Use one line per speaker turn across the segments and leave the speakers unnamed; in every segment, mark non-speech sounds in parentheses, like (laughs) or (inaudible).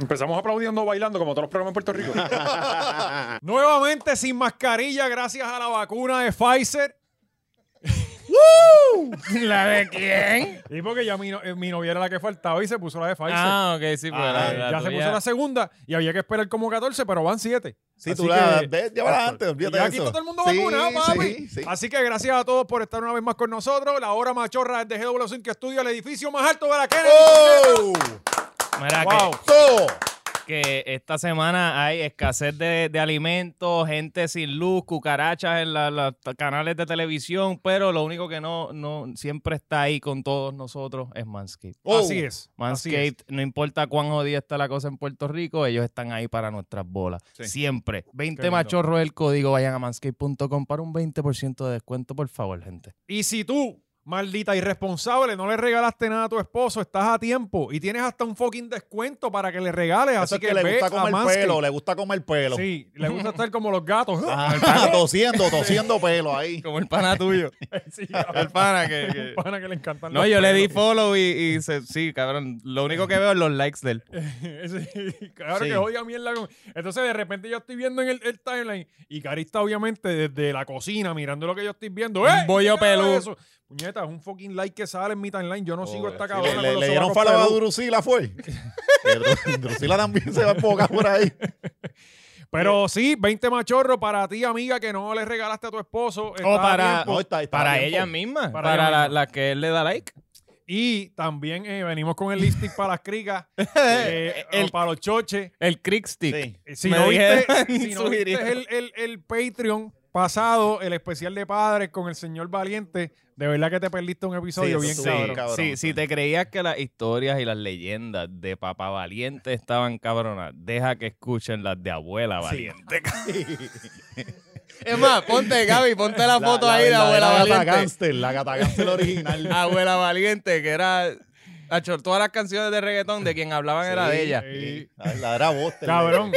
Empezamos aplaudiendo, bailando, como todos los programas en Puerto
(laughs)
Rico.
Nuevamente sin mascarilla, gracias a la vacuna de Pfizer.
(laughs) ¿La de quién?
Y porque ya mi, no- eh, mi novia era la que faltaba y se puso la de Pfizer.
Ah, ok, sí, pues la-
Eh,
la
ya se
tuya-
puso la segunda y había que esperar como 14, pero van 7.
Sí, tú la- ve, llévala antes, olvídate de
aquí
eso.
está todo el mundo
Sí,
vacunado, papi.
sí, sí.
Así que gracias a todos por estar una vez más con nosotros. La hora machorra es de GW5 que estudia el edificio más alto de la Kennedy.
¡Oh!
Mira, que-
Wow.
¡Oh!
que esta semana hay escasez de, de alimentos, gente sin luz, cucarachas en la- los canales de televisión, pero lo único que no, no siempre está ahí con todos nosotros es Manscaped.
¡Oh!
Así es. así es.
Manscaped, no importa cuán jodida está la cosa en Puerto Rico, ellos están ahí para nuestras bolas. Siempre. 20
lindo.
machorros el código, vayan a manscaped.com para un 20% de descuento, por favor, gente.
Y si tú, maldita irresponsable, no le regalaste nada a tu esposo, estás a tiempo y tienes hasta un fucking descuento para que le regales.
Eso
así
es
que,
que, le
ve
gusta
a
comer
Manscaped.
pelo, le gusta comer pelo.
Sí, le gusta estar como los gatos.
Ah, tosiendo, tosiendo pelo ahí.
Como el pana (laughs) tuyo.
(laughs) Sí,
el pana que... que-
pana que le encantan
No,
los
yo le di
pelos. (laughs)
follow y, y se- sí, cabrón. Lo único que veo es los likes del
Sí, claro
Sí.
que odia mierda. con- Entonces, de repente, yo estoy viendo en el, el timeline y Cari está, obviamente, desde la cocina mirando lo que yo estoy viendo. ¡Eh!
bollo
¿Qué era
pelú.
eso? Puñeta, es un fucking like que sale en mi timeline. Yo no sigo esta
Sí,
cabrona.
le,
con
le-
los
le dieron
sobacos
follow a
pelú.
Drusila,
(laughs)
fue. Que Dru- Drusila también se va a embocar por ahí.
Pero sí, 20 machorros para ti, amiga, que no le regalaste a tu esposo. está
O
a
para,
tiempo.
No, está- está
para
bien,
ella
pues.
Para
misma, para,
ella
la,
misma.
la que él le da like.
Y también eh, venimos con el lipstick para las cricas, eh,
El-
o para los choches.
El crick stick.
Sí.
Eh, Si
Me
no viste,
dijeron
si no viste
sugerir.
el, el- el Patreon pasado, el especial de padres con el señor Valiente, de verdad que te perdiste un episodio
Sí,
bien
eso estuvo
cabrón.
bien cabrón.
Sí, si te creías que las historias y las leyendas de papá valiente estaban cabronas, deja que escuchen las de abuela valiente. es más, ponte Gaby, ponte la foto ahí de abuela
verdadera
valiente. Ah,
gata gangster, la gata
(laughs)
gangster original.
Abuela valiente, que era... Acho, todas las canciones de reggaetón de quien hablaban era de ella.
Sí, La verdadera voz.
Cabrón,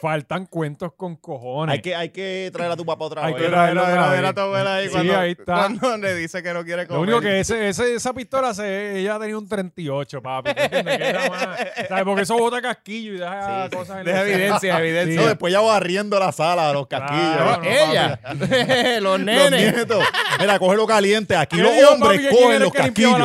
faltan cuentos con cojones.
Hay que, hay que traer a tu papá otra
Hay
vez.
que traerlo
Era-
otra
era-
vez.
era tu abuela ahí
Sí,
cuando,
ahí está.
cuando le dice que no quiere comer.
Lo único que ese, ese- esa pistola, se, ella tenía un 38, papi. ¿me entiendes? Que era más- ¿sabes? Porque eso bota casquillo y deja
Sí.
cosas en
Deja
el-
evidencia, evidencia.
No, después ya barriendo la sala, los casquillos.
Claro, no,
Ella, (laughs) los
Los
nenes.
nietos. Mira, cógelo caliente. Aquí
¿Qué
los
dijo,
hombres
papi, que quién
cogen
era
los
el que limpiaba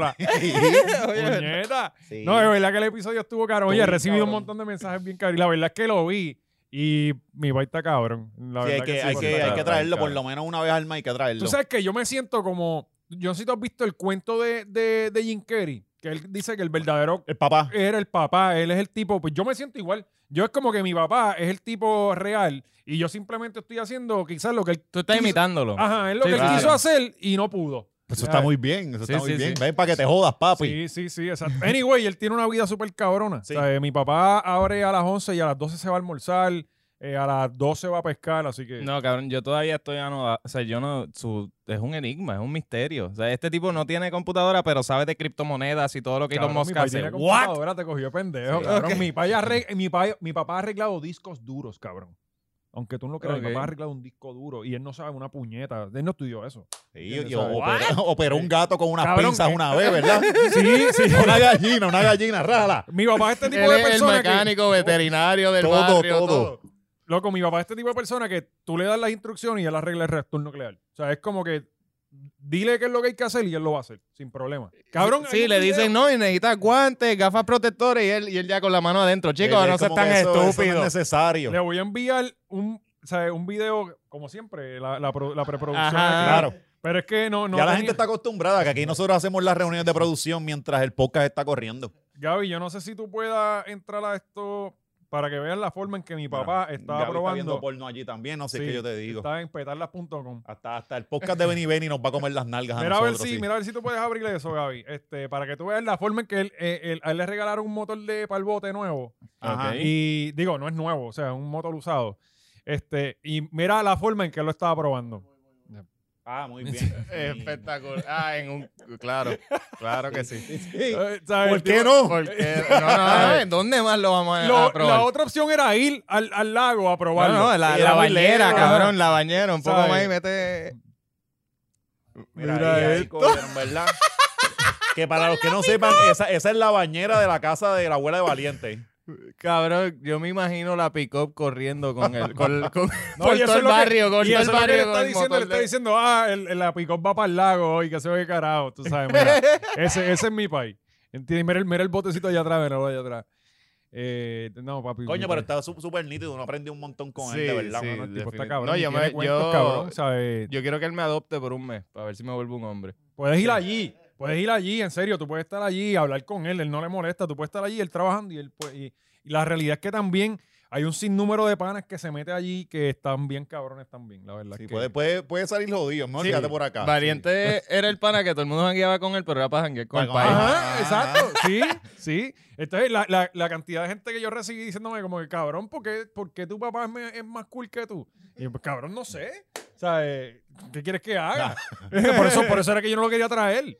la
casquillos. (laughs)
pistola. Puñeta.
Sí.
No, es verdad que el episodio estuvo caro. Oye, he
Estuvo bien
recibido un
cabrón.
montón de mensajes bien caros. Y la verdad es que lo vi. Y mi baita está cabrón. La
Sí, hay
verdad
que,
sí,
hay
porque
que,
está
hay que
cabrón.
traerlo por lo menos una vez al mes, hay que traerlo.
Tú sabes que yo me siento como. Yo no sé si tú has visto el cuento de, de, de Jim Carrey. Que él dice que el verdadero
El Eh, papá.
era el papá. Él es el tipo. Pues yo me siento igual. Yo es como que mi papá es el tipo real. Y yo simplemente estoy haciendo quizás lo que él.
Tú estás
quiso-
imitándolo.
Ajá, es lo
Sí,
que él
claro.
quiso hacer y no pudo.
Eso está muy bien, eso
Sí,
está muy
sí,
bien.
sí.
Ven para que te jodas, papi.
Sí, sí, sí, exacto. Anyway, él tiene una vida súper cabrona.
Sí.
O sea, eh, mi papá abre a las 11 y a las 12 se va a almorzar, eh, a las 12 va a pescar, así que...
No, cabrón, yo todavía estoy anodado. O sea, yo no. su- es un enigma, es un misterio. O sea, este tipo no tiene computadora, pero sabe de criptomonedas y todo lo que
Cabrón,
Elon Musk
mi papá
hace.
tiene
¿What?
computadora, te cogió de pendejo,
Sí.
cabrón.
Ok.
Mi, papá arreg- mi, pa- mi papá ha arreglado discos duros, cabrón. Aunque tú no lo creas, mi
Ok.
papá ha arreglado un disco duro y él no sabe una puñeta. Él no estudió eso.
Sí, yo- yo
¿What?
operó, operó un gato con unas
Cabrón,
pinzas
eh.
una vez, ¿verdad?
(laughs) Sí, sí.
(laughs) una gallina, una gallina, rájala.
Mi papá es
(laughs)
este tipo de persona que...
veterinario del
Todo, todo.
Loco, mi papá es este tipo de persona que tú le das las instrucciones y él arregla el reactor nuclear. O sea, es como que dile qué es lo que hay que hacer y él lo va a hacer, sin problema. Cabrón, hay
Sí,
un
le
video-
dicen, no, y necesitas guantes, gafas protectores, y él, y él ya con la mano adentro. Chicos,
Es-
no
es
seas
Eh, como
tan
que eso- eso no es
estúpido.
necesario.
Le voy a enviar un, o sea, un video, como siempre, la, la pro- la preproducción.
Ajá.
aquí.
Claro.
Pero es que no. no
ya la
tenía-
gente está acostumbrada que aquí nosotros hacemos las reuniones de producción mientras el podcast está corriendo.
Gaby, yo no sé si tú puedas entrar a esto para que vean la forma en que mi papá está
Gaby Está
probando.
viendo porno allí también, no sé
Sí,
qué yo te digo.
Está en petarlas.com.
Hasta, hasta el podcast de Benny Benny nos va a comer las nalgas a
Mira a ver
Ah, nosotros.
si,
sí.
mira a ver si tú puedes abrir eso, Gaby. Este, para que tú veas la forma en que él, eh, él- a él le regalaron un motor de palbote nuevo.
Ajá.
Ok.
Y digo, no es nuevo, o sea, es un motor usado. Este, y mira la forma en que él lo estaba probando.
Ah, muy bien.
Espectacular. Ah, en un.
(laughs)
Claro, claro que sí.
Sí.
Eh, ¿sabes?
¿Por qué no?
Porque, no, no, no, ¿en ¿dónde más lo vamos a, a
Lo-
probar?
la otra opción era ir al, al lago a
No,
probarlo.
no, la,
Era
la
muy
bañera,
lejos.
cabrón, la bañera. Un poco
¿Sabes?
más y mete.
Mira, este.
Mira
ahí, ahí
esto.
cogieron, (laughs) ¿verdad? que para los que no sepan, esa, esa es la bañera de la casa de la abuela de Valiente.
Cabrón, yo me imagino la pick-up corriendo con el, con, con-
(laughs) No,
por
y eso
todo
es
el
lo que-
barrio, con
Y eso
todo el
es lo que
barrio
le
con
está
el
diciendo,
motor
le está
de-
diciendo, ah, el, el- la pick va para el lago hoy, que se ve que carajo, tú sabes,
(laughs)
mira, ese, ese es mi país. ¿Entiendes? Mira, el- mira el botecito allá atrás, mira, allá atrás. Eh, no, papi. mi
Coño, pero
país.
está su- súper nítido. Uno aprende un montón con él,
Sí,
de verdad.
sí.
mano.
El tipo está
definit-
cabrón.
No,
y
yo
tiene
me-
cuentos,
yo-
cabrón, ¿sabes?
Yo quiero que él me adopte por un mes, para ver si me vuelvo un hombre.
Puedes ir allí, puedes ir allí, en serio, tú puedes estar allí, hablar con él, él no le molesta, tú puedes estar allí, él trabajando y él pues, y, y la realidad es que también hay un sinnúmero de panas que se mete allí que están bien cabrones también, la verdad. es
Sí,
que-
puede, puede, puede salir jodido. Mejor
Sí.
quédate por
(laughs)
acá.
Valiente era el pana que todo el mundo jangueaba con él, pero era para janguear con el
Para-
país.
Ajá, exacto, sí, sí. Entonces, la, la- la cantidad de gente que yo recibí diciéndome como que, cabrón, ¿por qué, por qué tu papá es, me- es más cool que tú? Y yo, pues, cabrón, no sé. O sea, eh, ¿qué quieres que haga? (laughs) Por, eso, por eso era que yo no lo quería traer.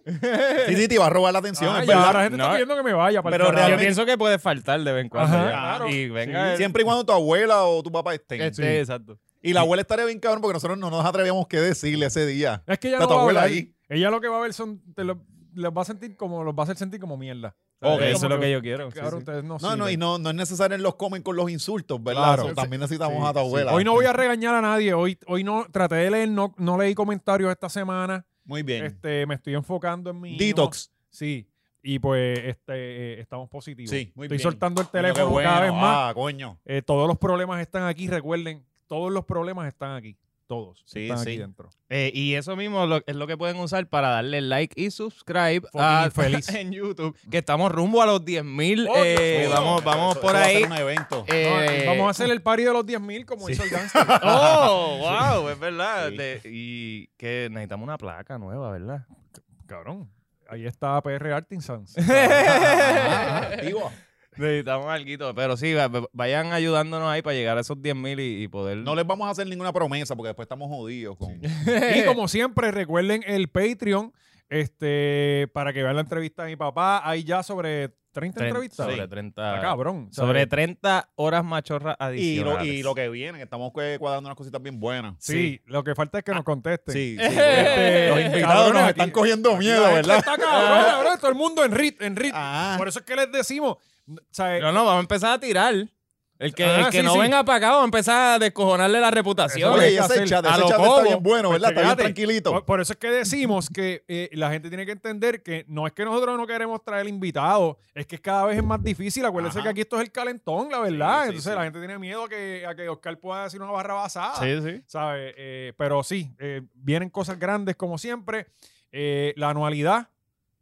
Sí, sí, te va a robar la atención.
Ah,
es
ya,
verdad.
la gente
No.
está pidiendo que me vaya. pa'l
Pero
carajo.
Yo
realmente-
pienso que puede faltar de vez en cuando.
Ajá,
ya.
claro.
Y venga, el-
Siempre y cuando tu abuela o tu papá estén.
que esté, exacto.
Y la abuela estaría bien cabrón porque nosotros no nos atrevíamos que decirle ese día.
Es que ella
Está
no
tu
va a
abuela
hablar.
ahí.
Ella lo que va a ver son. Te lo, los va a sentir como. Los va a hacer sentir como mierda.
Ok,
Como
eso es lo que yo quiero. sí,
Cabrón,
sí.
ustedes no
No, no, y
sirven.
no, no es necesario en los comen con los insultos, ¿verdad?
Oh, Claro.
Eso también necesitamos
Sí,
a tu
sí.
abuela.
Hoy no voy a regañar a nadie. Hoy, hoy no. Traté de leer. No, no leí comentarios esta semana.
Muy bien.
Este, me estoy enfocando en mi.
Detox.
Sí. Y pues este, eh, estamos positivos.
Sí, muy
estoy
bien.
soltando el
Coño, qué
teléfono
bueno.
cada vez más.
Ah, coño.
Eh, todos los problemas están aquí. Recuerden, todos los problemas están aquí. Todos.
Sí,
están
sí.
aquí dentro.
Eh, y eso mismo lo- es lo que pueden usar para darle like y subscribe
Fucking
a,
feliz.
(laughs) en YouTube. Que estamos rumbo a los 10.000.
Oh,
eh,
Dios mío.
vamos vamos
Eso-
por
eso va a ser
ahí.
un evento.
eh,
No, vamos a hacer el party de los 10.000 como hizo el
(laughs)
gangster.
Oh, wow, es verdad.
Sí.
De- y que necesitamos una placa nueva, ¿verdad?
Cabrón. Ahí está PR
(laughs)
Artisans.
Ah,
eh,
activo.
Necesitamos algo, pero sí, va- va- vayan ayudándonos ahí para llegar a esos 10.000 y, y poder...
No les vamos a hacer ninguna promesa porque después estamos jodidos. Con... (laughs)
y como siempre, recuerden el Patreon este, para que vean la entrevista de mi papá. Hay ya sobre 30
Tre-
entrevistas.
Sobre
Está
30,
cabrón. eh, ¿sabes?
sobre 30 horas machorras
Y, lo,
adicionales.
y lo que viene, que estamos cue- cuadrando unas cositas bien buenas.
Sí, lo que falta es que nos contesten. (laughs)
Sí, sí,
Este,
Los invitados
cabrones,
nos
aquí-
están cogiendo
aquí
miedo,
la gente
¿verdad?
Está cabrón, cabrón, todo el mundo en rit, en rit.
Ah.
Por eso es que les decimos, ¿sabes?
No, no, vamos a empezar a tirar. El que,
Ah,
el que
sí,
no
sí.
venga para acá, vamos a empezar a descojonarle la reputación.
Eso
Oye,
hay
y
que
ese
hacer.
chat,
A
ese
lo
chat
Cobo.
está bien bueno,
Pues
¿verdad? Está bien
fíjate,
tranquilito.
Por, por eso es que decimos que eh, la gente tiene que entender que no es que nosotros no queremos traer invitados, es que cada vez es más difícil. Acuérdense
Ajá.
que aquí esto es el calentón, la verdad.
Sí, sí,
Entonces
sí.
la gente tiene miedo a que, a que Oscar pueda decir una barra basada.
sí.
¿Sabes? Eh, pero sí, eh, vienen cosas grandes como siempre. Eh, la anualidad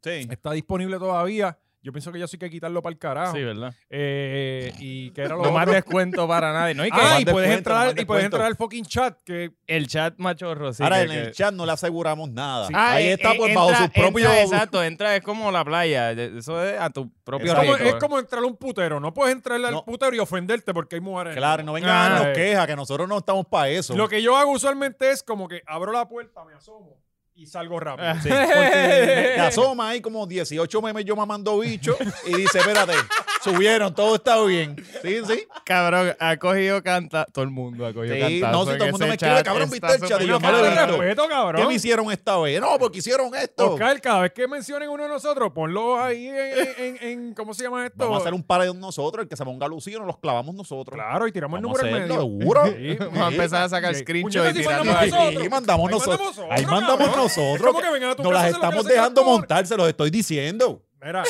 Sí.
está disponible todavía. Yo pienso que ya sí hay que quitarlo para el carajo.
Sí, ¿verdad?
Eh, y que era Ah. lo
No más
otro?
descuento para nadie. No, y que
Ah, y
más
puedes
descuento, más
entrar y puedes
descuento.
entrar al fucking chat que
el chat machorro, sí.
Ahora
que-
en el
que-
chat no le aseguramos nada.
Sí.
Ah,
Ahí
eh,
está
eh,
pues bajo
entra-
sus
(laughs)
propios.
entra, exacto, entra, es como la playa. Eso es a tu propio
Es como,
riesgo.
es como entrar a un putero. No puedes entrarle al
No.
putero y ofenderte porque hay mujeres.
Claro, no vengan
Ah,
a darnos
eh.
quejas, que nosotros no estamos para eso.
Lo que yo hago usualmente es como que abro la puerta, me asomo y salgo rápido.
Ah.
(laughs)
Sí.
Porque-
Te asoma ahí como 18 memes yo mamando bicho y dice, espérate, subieron, todo está bien. Sí, sí.
Cabrón, ha cogido canta. Todo el mundo ha cogido
Sí,
cantazo
no, si
en
todo el mundo
ese
me escribe,
chat,
cabrón, ¿viste
está
el chat? Y
súper
yo,
Una
no lo
falta
he
de
visto.
respeto,
¿Qué me
cabrón.
hicieron esta vez? No, porque hicieron esto.
Oscar, cada vez que mencionen uno de nosotros, ponlo ahí en, en- en- ¿cómo se llama esto?
Vamos a hacer un par de nosotros, el que se ponga lucido, nos los clavamos nosotros.
Claro, y tiramos
Vamos a
el número en
hacerlo, Uh,
medio.
seguro.
Sí,
Vamos a
sí.
empezar a sacar
Sí.
screenshots
Puñetas,
y
sí,
tirarlo
mandamos
Ahí,
ahí.
nosotros.
mandamos
Ahí mandamos
nosotros.
nosotros,
Ahí mandamos
cabrón. Es
nosotros.
como que vengan a tu
Nos
casa,
las
se lo que
estamos
le sacan
dejando
cojones.
montar, se los estoy diciendo.
Mira,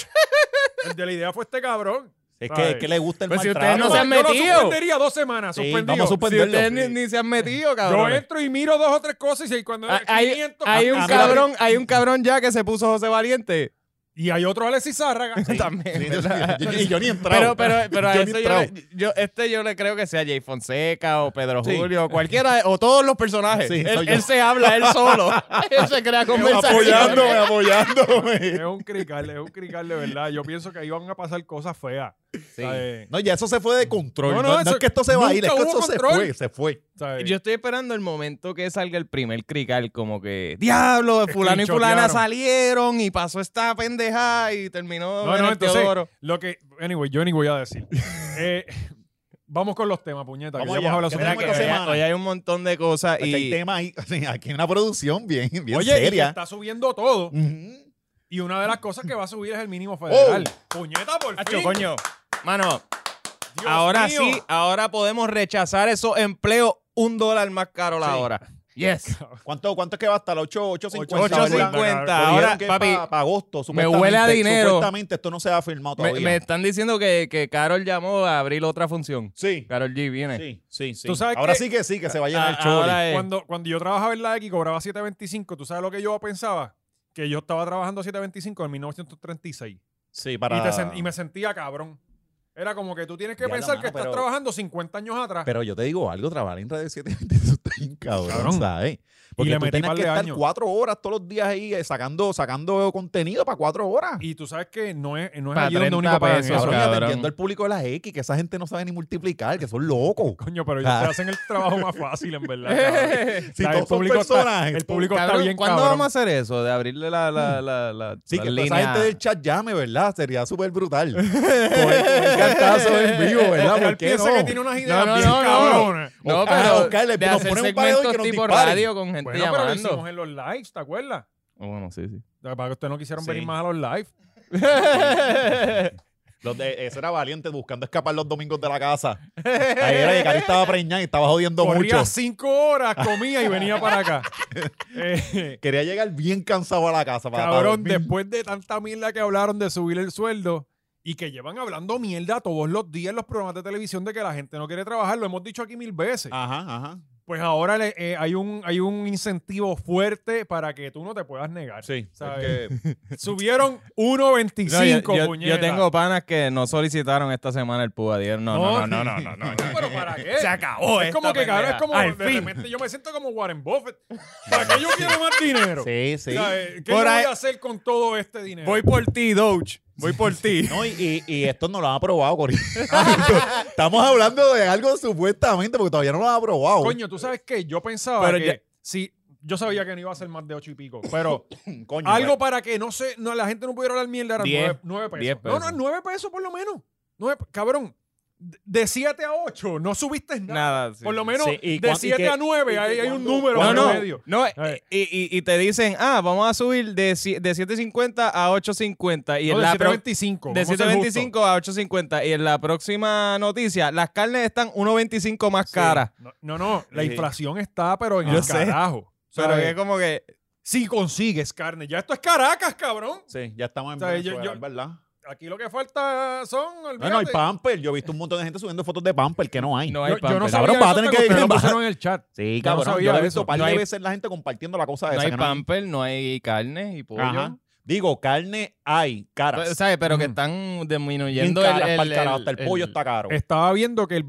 el de la idea fue este cabrón.
Es que, es que le gusta el
Pues si
maltrato.
ustedes no se han
Yo lo
metido.
suspendería dos semanas,
Sí,
suspendido.
vamos a suspender-
Si ustedes
Sí.
ni, ni se han metido,
Yo
cabrón. Ah,
entro y miro dos o tres cosas y ahí cuando ah,
Hay,
500,
hay
a-
un
a-
cabrón, hay un cabrón ya que se puso José Valiente.
Y hay otro Alexis
(laughs)
Zárraga.
También.
Sí,
¿verdad?
yo- yo- yo ni he entrado.
Pero, pero, pero a
Yo ni
ese yo
entrado.
le- yo- este yo le creo que sea Jay Fonseca o Pedro
Sí.
Julio, cualquiera, o todos los personajes.
Sí, soy
él,
yo.
él se habla él
(laughs)
solo. él
(laughs)
se crea conversación.
apoyándome, apoyándome.
Es un crical, es un crical de verdad. Yo pienso que ahí van a pasar cosas feas. ¿Sabes?
No, ya eso se fue de control.
No,
No,
no,
no
eso-
es que esto se va a ir, es
nunca
que
hubo
eso
control.
se fue, se fue.
¿Sabes?
Yo estoy esperando el momento que salga el primer crical, como que, diablo, fulano (laughs) y
Screenshotearon.
fulana salieron y pasó esta pendeja y terminó
no,
en
no,
el
entonces,
Teodoro.
lo que... Anyway, yo ni voy a
(laughs)
decir. Eh, vamos con los temas, puñeta.
Vamos
que ya hemos
allá.
hablado
¿Qué
sobre
Mira
tenemos
el
que
esta
hoy,
tema.
semana?
hoy hay un montón de cosas
Aquí hay
y...
tema ahí, (laughs) o sea, aquí hay una producción bien, bien
Oye, y
seria.
está subiendo todo.
Ujú.
Y una de las cosas que va a subir es el mínimo federal. Puñeta, por
Oh. Acho,
fin.
coño. Mano, ahora
mío.
sí, ahora podemos rechazar esos empleos un dólar más caro la hora. Yes.
¿Cuánto, ¿Cuánto es que va hasta las 8, 8.50?
8.50. Ahora, papi,
para agosto,
me
supuestamente.
huele a dinero.
Supuestamente esto no se ha firmado
Me,
todavía.
me están diciendo que, que Carol llamó a abrir otra función.
Sí,
Carol G viene.
sí, sí, sí.
Tú sabes
ahora
que-
sí que sí, que se va a
A-
llenar el chori.
ahora es-
Cuando, cuando yo trabajaba en la X y cobraba 7.25, ¿tú sabes lo que yo pensaba? Que yo estaba trabajando a 7.25 en 1936.
Sí, para...
Y, te sen- y me sentía cabrón. Era como que tú tienes que
Diablo,
pensar
mano,
que estás
pero-
trabajando 50 años atrás.
Pero yo te digo algo, trabajar en Radio 720 eso está bien cabrón,
Cabrón.
¿sabes? Porque
le
tú
metí
tenías
par
que
de
estar
años.
cuatro horas todos los días ahí eh, sacando, sacando contenido para cuatro horas.
y tú sabes que no es, no es
Pa'
allí donde
30
único pagan
pesos,
eso.
Cabrón, y
cabrón.
atendiendo al público de las X, que esa gente no sabe ni multiplicar, que
(laughs)
son locos.
(laughs) Coño, pero ellos
Ah.
te hacen el trabajo más fácil, en
(laughs)
verdad. cabrón. O
Si
sea,
todos
el
son
público está,
personajes,
el
todo-
público está
Cabrón, Mm.
bien
¿Cuándo
cabrón.
vamos a hacer eso? De abrirle la, la, la, la,
Sí,
la
que toda
línea.
esa gente del chat llame, ¿verdad? Sería
(laughs)
súper brutal. Coger cantazo en vivo, ¿verdad?
Él
¿Por qué
piensa
no?
que tiene unas ideas
No, no,
bien
no, no.
cabronas.
No,
Oscar,
pero
Oscar, le-
de
nos
hacer
pone un paredón y que
segmentos
nos
tipo
disparen.
radio con gente
Bueno, pero lo
llamando.
hicimos en los lives, ¿te acuerdas?
Oh, bueno, sí, sí.
Lo que pasa es que ustedes no quisieron
Sí.
venir más a los lives.
Los de- ese era valiente buscando escapar los domingos de la casa.
(laughs)
Ahí era que Cari estaba preñada y estaba jodiendo
Corría
mucho.
cinco horas, comía y venía para
(laughs)
acá. Eh,
Quería llegar bien cansado a la casa. Para, para
Cabrón,
dormir.
después de tanta mierda que hablaron de subir el sueldo y que llevan hablando mierda todos los días en los programas de televisión de que la gente no quiere trabajar, lo hemos dicho aquí mil veces.
Ajá, ajá.
Pues ahora le- eh, hay, un, hay un incentivo fuerte para que tú no te puedas negar.
Sí.
¿Sabes?
es que-
(laughs)
(laughs)
Subieron
No, yo-
1.25,
yo, yo
puñeta.
tengo panas que no solicitaron esta semana el PUA. Dijeron, no, no, no, no, no, no, no.
No, (laughs) pero ¿para qué?
Se acabó
Es
esta
como que, cabrón,
pendeja.
es como.
Al
de
fin.
repente yo me siento como Warren Buffett. ¿Para qué yo quiero más dinero?
Sí, sí.
¿Sabes? ¿Qué
Por
yo
ahí-
voy a hacer con todo este dinero?
Voy por ti, Doge. Voy por ti.
No, y, y, y esto no lo han aprobado, Cori. Estamos hablando de algo supuestamente, porque todavía no lo han aprobado.
Coño, tú sabes qué? yo pensaba
Pero
que
ya-
si yo sabía que no iba a ser más de ocho y
(laughs)
pico, pero
Coño, pues,
algo para que no se, no, la gente no pudiera hablar mierda eran
Diez,
nueve, nueve pesos.
diez
No,
pesos.
no, nueve pesos por lo menos. Nueve, cabrón, de- de siete a ocho no subiste nada.
Nada. sí,
por lo
sí.
menos
Sí, y
de
cuán- y
siete
qué-
a nueve
y
hay,
qué-
hay un
cuándo-
número
No,
Por
en
no,
medio.
no,
Ay.
eh.
y, y- y te dicen, ah, vamos a subir de, ci- de 7.50 a 8.50 y
No,
en
de
la pro-
7.25.
de
vamos a ser justos.
7.25 a 8.50 y en la próxima noticia las carnes están 1.25 más caras.
No, no, no, la
Sí.
inflación está, pero en
Eh, Yo
el
sé.
carajo.
Pero
¿sabes?
que es como que
Si consigues carne, ya esto es Caracas, cabrón.
Sí, ya estamos en
O sea, yo-
Venezuela,
yo-
¿verdad?
Aquí lo que falta son.
No, no hay
olvídate,
pamper. Yo he visto un montón de gente subiendo fotos de pamper que no hay.
no hay
Yo, yo no
Pampers.
sabía
Cabrón, vas a
eso
tener
hasta
que-
ustedes lo
vas a-
pusieron en el chat.
Sí,
Yo
cabrón.
no
yo
sabía
he visto
eso.
un par
No
de
hay-
veces la gente compartiendo la cosa
No
esa.
hay
que
pamper, no hay carne y pollo.
Ajá. Digo, carne hay, caras.
¿Sabes? Pero que
Mm.
están
Bien
disminuyendo el,
caras
el-
pa'l carajo,
el-
Hasta el pollo está caro.
Estaba viendo que el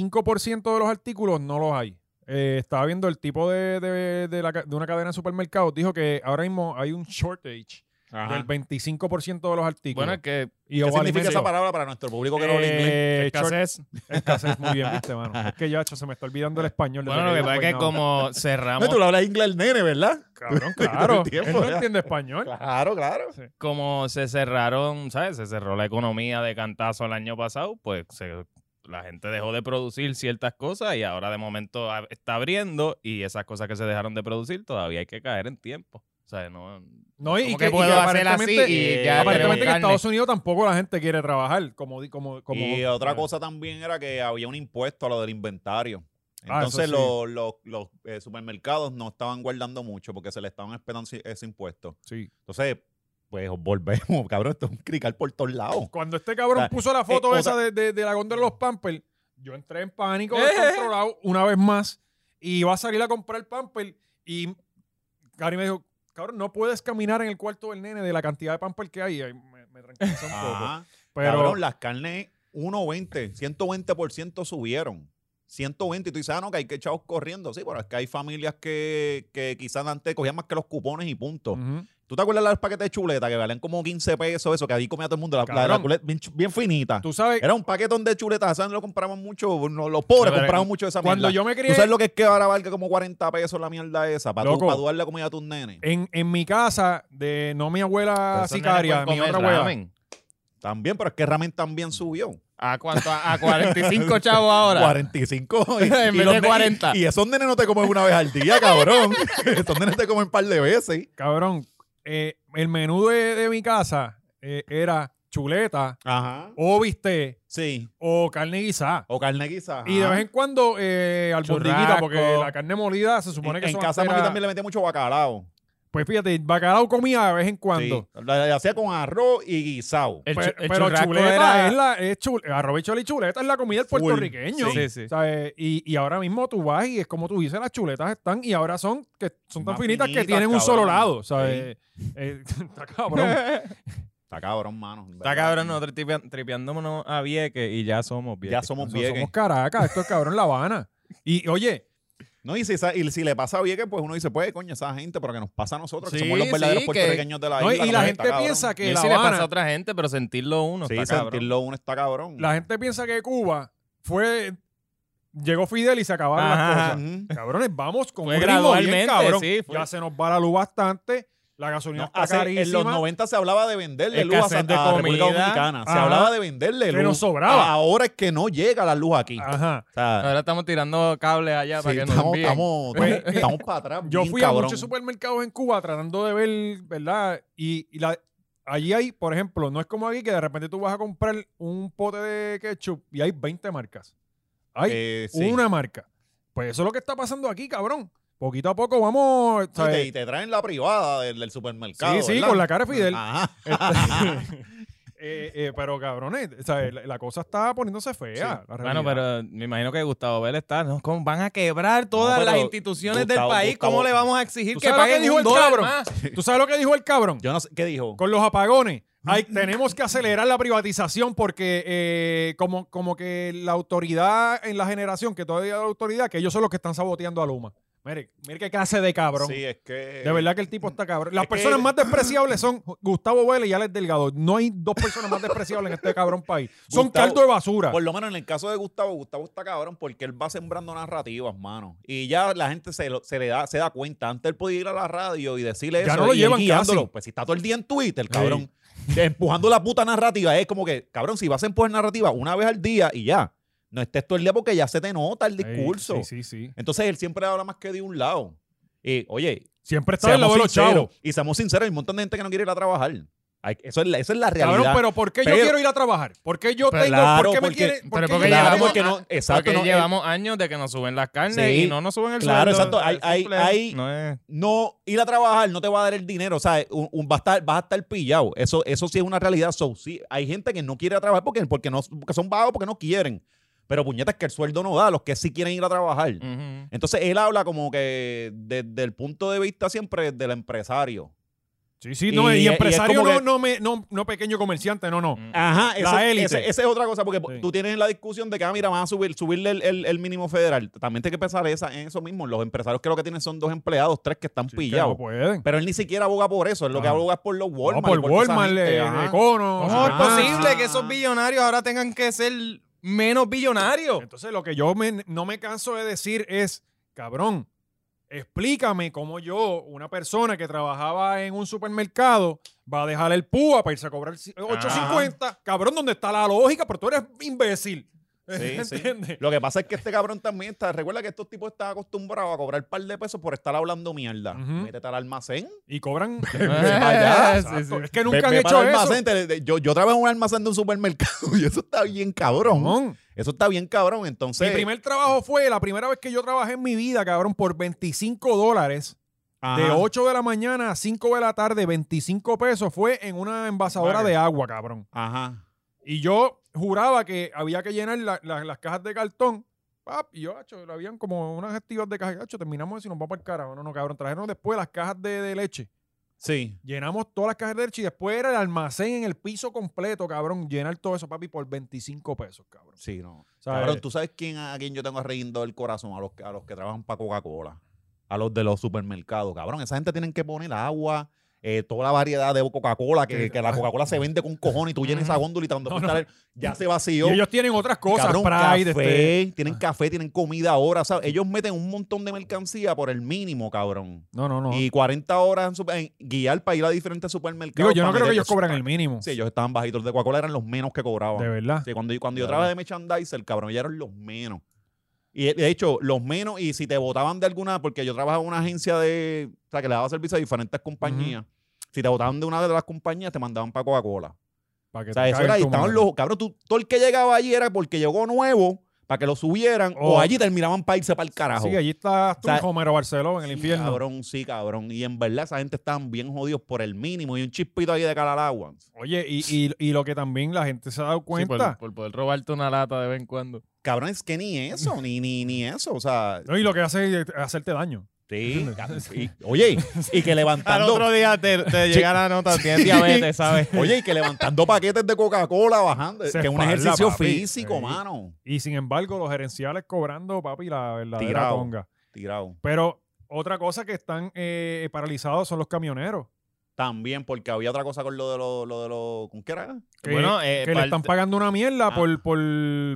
25% de los artículos no los hay. Eh, estaba viendo el tipo de, de- de la ca- de una cadena de supermercados. Dijo que ahora mismo hay un shortage
Ajá.
del 25% de los artículos.
Bueno, es que
y
¿Qué
o
significa esa
alimentos.
palabra para nuestro público que no habla inglés?
Eh, short-
escasez.
escasez, muy bien, viste, mano. Es que ya, hecho, se me está olvidando el pues, español. desde
Bueno, lo que
yo
pasa es que
peinaba.
(laughs) como
No,
cerramos,
tú le hablas inglés al nene, ¿verdad? (laughs)
Cabrón,
Todo
claro.
el tiempo,
él no
ya.
entiende español.
Claro, claro.
como se cerraron, ¿sabes? Se cerró la economía de cantazo el año pasado, pues se- la gente dejó de producir ciertas cosas y ahora de momento a- está abriendo y esas cosas que se dejaron de producir todavía hay que caer en tiempo. O sea, no...
No, y
¿Cómo
que,
que
y
puedo
que
hacer así
aparentemente,
y ya
aparentemente que en
queremos carne?
Estados Unidos tampoco la gente quiere trabajar. Como, di- como, como,
y otra cosa también era que había un impuesto a lo del inventario.
Ah, eso
Entonces
sí.
los, los- los, eh, supermercados no estaban guardando mucho porque se le estaban esperando si- ese impuesto.
Sí.
Entonces, pues volvemos, (laughs) cabrón. Esto es un crical por todos lados.
Cuando este cabrón
O sea,
puso la foto
eh, o
esa de, de- de la góndola de los Pampers, yo entré en pánico descontrolado una vez más y iba a salir a comprar Pampers y Gary me dijo, cabrón, no puedes caminar en el cuarto del nene de la cantidad de Pampers que hay. Ahí me, me tranquiliza un poco.
Ajá.
Pero
Ah, Cabrón, las carnes 1.20, 120% subieron. 120 y tú dices, ah, no, que hay que echados corriendo. Sí, pero es que hay familias que, que quizás antes cogían más que los cupones y punto.
ujú.
¿Tú te acuerdas de los paquetes de chuleta que valían como 15 pesos, eso, que ahí comía todo el mundo, la, la- la
Cabrón.
chuleta bien, chu- bien finita?
tú sabes,
Era un paquetón de chuletas, ¿sabes? No lo compramos mucho, no, los pobres
Pero,
compraban mucho de esa
eh, cuando
mierda.
yo me crié
¿Tú sabes lo que es que ahora valga como 40 pesos la mierda esa para, tú,
Loco.
para tú darle comida a tus nenes?
en, en mi casa, de no mi abuela
Esos nenes
sicaria,
pueden
mi
comer
otra abuela.
ramen.
También, pero es que ramen también subió.
¿A cuánto?
(laughs)
A, a 45 chavos ahora.
45
En vez de
los nenes-
40.
Y esos nenes no te comen una vez al día,
(laughs)
cabrón. esos nenes te comen un par de veces.
Cabrón, eh, el menú de, de mi casa eh, era chuleta,
Ajá.
o bistec,
Sí.
o carne guisada.
O carne guisada.
Y de vez en cuando eh, albondiguita,
Churrasco.
porque la carne molida se supone
en,
que
en
son
casa
anteras-
mami también le metía mucho bacalao.
Pues fíjate, bacalao comía de vez en cuando.
Sí. La, la hacía con arroz y guisado.
El,
Pe-
chu- el
pero
churrasco
chuleta
era-
es la es chul, arroz y chole y chuleta es la comida del
Full.
puertorriqueño.
Sí, sí.
O sea, eh, y, y ahora mismo tú vas y es como tú dices, las chuletas están y ahora son que son tan
Más
finitas, que
finitas,
tienen un solo
cabrón.
lado. O sea, eh, eh, (laughs) está
(laughs)
cabrón.
Está cabrón, mano.
Está cabrón, nosotros tripea- tripeándonos a Vieques y ya somos Vieques.
Ya somos
Nosotros
vieques.
somos Caracas, esto es cabrón La Habana. Y oye,
No, y si, esa- y si le pasa a Vieques, pues uno dice, pues, coño, esa gente, pero que nos pasa a nosotros, que
Sí,
somos los verdaderos
sí, que-
puertorriqueños de la
no, y-
isla.
y
lo
la
que
gente
está cabrón.
piensa que
Y
La
si le pasa
Habana-
a otra gente, pero sentirlo uno.
Sí,
está cabrón.
sentirlo uno está cabrón.
Mm.
la gente piensa que Cuba fue llegó Fidel y se acabaron
Ajá.
las cosas.
Pues, Ujú.
Cabrones, vamos con
Fue
un ritmo bien
gradualmente,
cabrón.
sí, fue.
Ya se nos va la luz bastante, la gasolina
No,
está
hace-
carísima.
en los 90 se hablaba de venderle luz a,
Escasez
San-
de
a República
comida.
Dominicana. Se
Ajá.
hablaba de venderle
Que
luz.
nos sobraba. Ah.
Ahora es que no llega la luz aquí.
Ah,
Ajá.
O sea,
Ahora estamos tirando cables allá para
sí,
que nos
estamos,
(laughs)
envíen.
estamos,
Pues,
estamos- estamos para atrás.
Yo
bien
fui
cabrón.
a muchos supermercados en Cuba tratando de ver, ¿verdad? Y, y la, allí hay, por ejemplo, no es como aquí que de repente tú vas a comprar un pote de ketchup y hay 20 marcas. Hay
Eh, sí.
una marca. Pues eso es lo que está pasando aquí, cabrón. Poquito a poco vamos.
Y te,
¿sabes?
y te traen la privada del, del supermercado.
Sí, sí,
¿verdad? Ah.
con la cara de Fidel.
Ajá.
Este-
(laughs)
eh, eh, pero cabrones, ¿sabes? La, la cosa está poniéndose fea. la realidad.
Bueno, pero me imagino que Gustavo Vélez está. No, ¿cómo van a quebrar todas
No, pero
las instituciones
Gustavo-
del país. ¿Cómo
Gustavo-
le vamos a exigir
¿Tú
que
sabes lo que
paguen
dijo
un
el
dólar
cabrón?
más?
¿Tú sabes lo que dijo el cabrón?
Yo no sé, ¿qué dijo?
Con los apagones. Hay, tenemos que acelerar la privatización porque eh, como, como que la autoridad en la generación, que todavía hay autoridad, que ellos son los que están saboteando a Luma. Mire, mire qué clase de cabrón.
Sí, es que...
de verdad que el tipo está cabrón. Las
es que-
personas más despreciables son Gustavo Vélez y Alex Delgado. No hay dos personas más despreciables en este cabrón país. Son
Gustavo-
caldo de basura.
Por lo menos en el caso de Gustavo, Gustavo está cabrón porque él va sembrando narrativas, mano. Y ya la gente se, lo- se le da, se da cuenta. Antes él podía ir a la radio y decirle
Ya
eso.
no lo
y él
llevan
guiándolo.
casi.
Pues si está todo el día en Twitter, cabrón. Empujando la puta narrativa. Es como que, cabrón, si vas a empujar narrativa una vez al día y ya. No estés todo el día porque ya se te nota el
Ey,
discurso.
sí, sí, sí.
Entonces él siempre habla más que de un lado. Y, oye,
Siempre está del
seamos
lado de los
sinceros,
chavos.
y seamos sinceros, hay un montón de gente que no quiere ir a trabajar. Hay- eso es la, esa es la realidad.
Cabrón, pero ¿por qué yo
Pero-
quiero ir a trabajar? ¿Por qué yo
Pero
tengo...
claro,
¿Por qué me
porque-
quiere...?
pero
qué
porque
yo-
claro,
llevamos-
porque no, exacto,
Porque
no, eh, él-
llevamos años de que nos suben las carnes
Sí.
y no nos suben el
Claro,
sueldo.
exacto. Hay- hay-
Simple.
hay-
No es-
no ir a trabajar no te va a dar el dinero, o sea, un, un- vas, a estar, vas a estar pillado. Eso, eso sí es una realidad. So, sí, hay gente que no quiere ir a trabajar porque, porque, no, porque son vagos, porque no quieren. Pero puñetas que el sueldo no da, los que sí quieren ir a trabajar.
Mm.
Ujú.
Entonces él habla como que desde el punto de vista siempre del empresario.
Sí, sí, no,
Y-
y,
y es
empresario
como
no,
que-
no, me- no, no pequeño comerciante, no, no.
Mm.
Ajá,
La
ese-
élite.
ese- esa es otra cosa, porque
Sí.
tú tienes la discusión de que, ah, mira, van a subir, subirle el, el- el mínimo federal. También hay que pensar esa, en eso mismo. Los empresarios que lo que tienen son dos empleados, tres que están
Sí, que
pillados.
no pueden.
Pero él ni siquiera aboga por eso, es lo que
Ah.
aboga es por los
No,
Walmart.
por
y toda esa
Walmart,
gente,
eh,
ajá.
Econo.
No,
ah.
es posible que esos billonarios ahora tengan que ser menos billonarios.
Entonces, lo que yo me- no me canso de decir es, cabrón, explícame cómo yo, una persona que trabajaba en un supermercado, va a dejar el púa para irse a cobrar ci- 8.50. Cabrón, ¿dónde está la lógica? Pero tú eres imbécil.
Sí,
(laughs)
sí.
¿Entiendes?
Lo que pasa es que este cabrón también está. Recuerda que estos tipos están acostumbrados a cobrar un par de pesos por estar hablando mierda.
Ujú.
Métete al almacén.
Y
(laughs)
cobran... (laughs)
allá.
Exacto.
Sí, sí.
Es que
Ve-
nunca han
ve
hecho
para el
eso.
almacén, te- te- yo, yo trabajo en un almacén de un supermercado (laughs) y eso está bien cabrón.
Cabrón.
Eso está bien cabrón. Entonces.
Mi primer trabajo fue la primera vez que yo trabajé en mi vida, cabrón, por 25 dólares.
Ajá.
De 8 de la mañana a 5 de la tarde, 25 pesos fue en una envasadora
Vale.
de agua, cabrón.
Ajá.
Y yo juraba que había que llenar la- la- las cajas de cartón. Pap, y yo, hacho, habían como unas activas de cajas. Hacho, terminamos eso y nos vamos para el carajo. No, no, cabrón. Trajeron después las cajas de, de leche.
Sí.
Llenamos todas las cajas de leche y después era el almacén en el piso completo, cabrón. Llenar todo eso, papi, por 25 pesos, cabrón.
Sí, no.
O sea,
Cabrón,
eh,
tú sabes quién, a quién yo tengo arreguindo el corazón, a los, que- a los que trabajan para Coca-Cola, a los de los supermercados, cabrón. Esa gente tienen que poner agua, eh, toda la variedad de Coca-Cola, que, que la Coca-Cola se vende con cojones y tú llenas esa góndola y donde fuiste a leer, ya se vació.
y ellos tienen otras cosas,
Cabrón,
Pride, este-
café, tienen café, tienen comida ahora, ¿sabes? Ellos meten un montón de mercancía por el mínimo, cabrón.
No, no, no.
Y 40 horas en, su- en guiar para ir a diferentes
Digo,
supermercados.
yo no creo
para
que
meter-
ellos cobran el mínimo.
Sí, ellos estaban bajitos. Los de Coca-Cola eran los menos que cobraban.
De verdad.
Sí, cuando yo, cuando yo
Claro.
trabajaba de merchandiser, cabrón, ya eran los menos. Y de hecho, los menos, y si te votaban de alguna, porque yo trabajaba en una agencia de, o sea, que le daba servicio a diferentes compañías, si te votaban de una de las compañías, te mandaban para Coca-Cola.
Para que
O
te
sea, eso
cague
era,
en
y
tu
estaban
madre.
los, cabrón, tú- todo el que llegaba allí era porque llegó nuevo para que lo subieran
Oh.
o allí terminaban para irse para el carajo.
Sí, allí estás tú,
O sea,
Homero Barceló, en el
Sí,
infierno.
Cabrón, sí, cabrón. Y en verdad esa gente estaban bien jodidos por el mínimo y un chispito ahí de Calalagua.
Oye, y, y, y lo que también la gente se ha dado
pues,
Sí,
cuenta.
por, por poder robarte una lata de vez en cuando.
Cabrón, es que ni eso, ni, ni, ni eso. O sea,
No, y lo que hace es hacerte daño. (laughs)
sí. y- oye, y que
Al
levantando.
otro día te, te llega la nota, tienes diabetes, (laughs) ¿sabes?
Oye, y que levantando paquetes de Coca-Cola bajando.
Se
que es un
espalda,
ejercicio
papi.
físico,
Sí.
mano.
Y sin embargo, los gerenciales cobrando, papi, la verdadera
Tirado.
conga.
Tirado.
Pero otra cosa que están eh, paralizados son los camioneros.
También, porque había otra cosa con lo de los. Lo de los- ¿Con qué era?
Que,
Bueno, eh,
que le
parte-
están pagando una mierda
Ah.
por, por,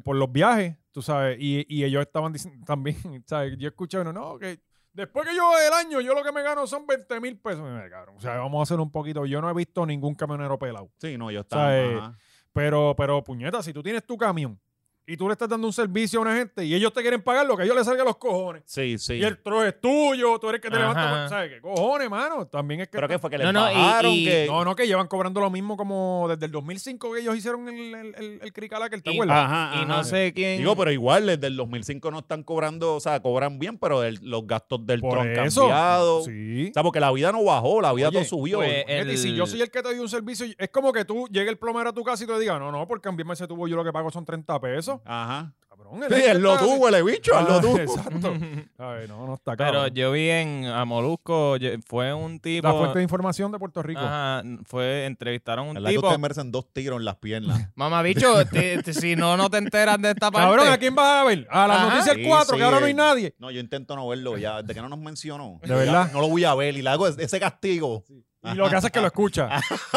por los viajes, tú sabes. Y, y ellos estaban diciendo (laughs) también, ¿sabes? Yo escuché uno, no, que después que yo del año, yo lo que me gano son 20 mil pesos. Mira, cabrón, o sea, vamos a hacer un poquito. Yo no he visto ningún camionero pelado.
Sí, no, yo
O
estaba.
sea, eh,
ajá.
Pero, pero, puñeta, si tú tienes tu camión y tú le estás dando un servicio a una gente y ellos te quieren pagar lo que a ellos les salga a los cojones.
Sí, sí.
Y el trozo es tuyo, tú eres el que te
Ajá.
levantas. con- ¿Sabes qué? Cojones, mano. También es que.
Pero que fue que
No,
les
no, y-
bajaron.
y-
que...
No, no, que llevan cobrando lo mismo como desde el 2005 que ellos hicieron el, el, el, el cricalac, el- ¿te
Y-
acuerdas?
Ajá,
y no
ajá.
sé quién.
Digo, pero igual desde el 2005 no están cobrando, o sea, cobran bien, pero el- los gastos del
Por
tron han
eso.
cambiado.
Sí.
O sea, porque la vida no bajó, la vida
Oye,
todo subió.
pues,
Fíjate, y si
el-
yo soy el que te dio un servicio, es como que tú llegue el plomero a tu casa y te diga, no, no, por cambiarme ese tubo yo lo que pago son 30 pesos.
Ajá.
Cabrón.
Sí, él lo tuvo, el bicho, él lo
pues, Ah,
tuvo.
Exacto. Ay, no, no está
Pero
claro.
yo vi en a Molusco, yo- fue un tipo.
La fuente de información de Puerto Rico.
pues, Ajá, fue, entrevistaron a un
La que
tipo. (laughs)
ustedes merecen dos tiros en
(laughs)
las piernas.
Mamá, bicho, te- te- si no, no te enteras de esta parte.
Cabrón, ¿a quién vas a ver? A las
Ajá.
noticias
Sí,
4,
sí,
que ahora no hay
el-
nadie.
No, yo intento no verlo ya. ¿De que no nos mencionó?
¿De verdad?
Ya, No lo voy a ver y le hago es- ese castigo.
Y lo que hace es
(laughs)
que lo escucha.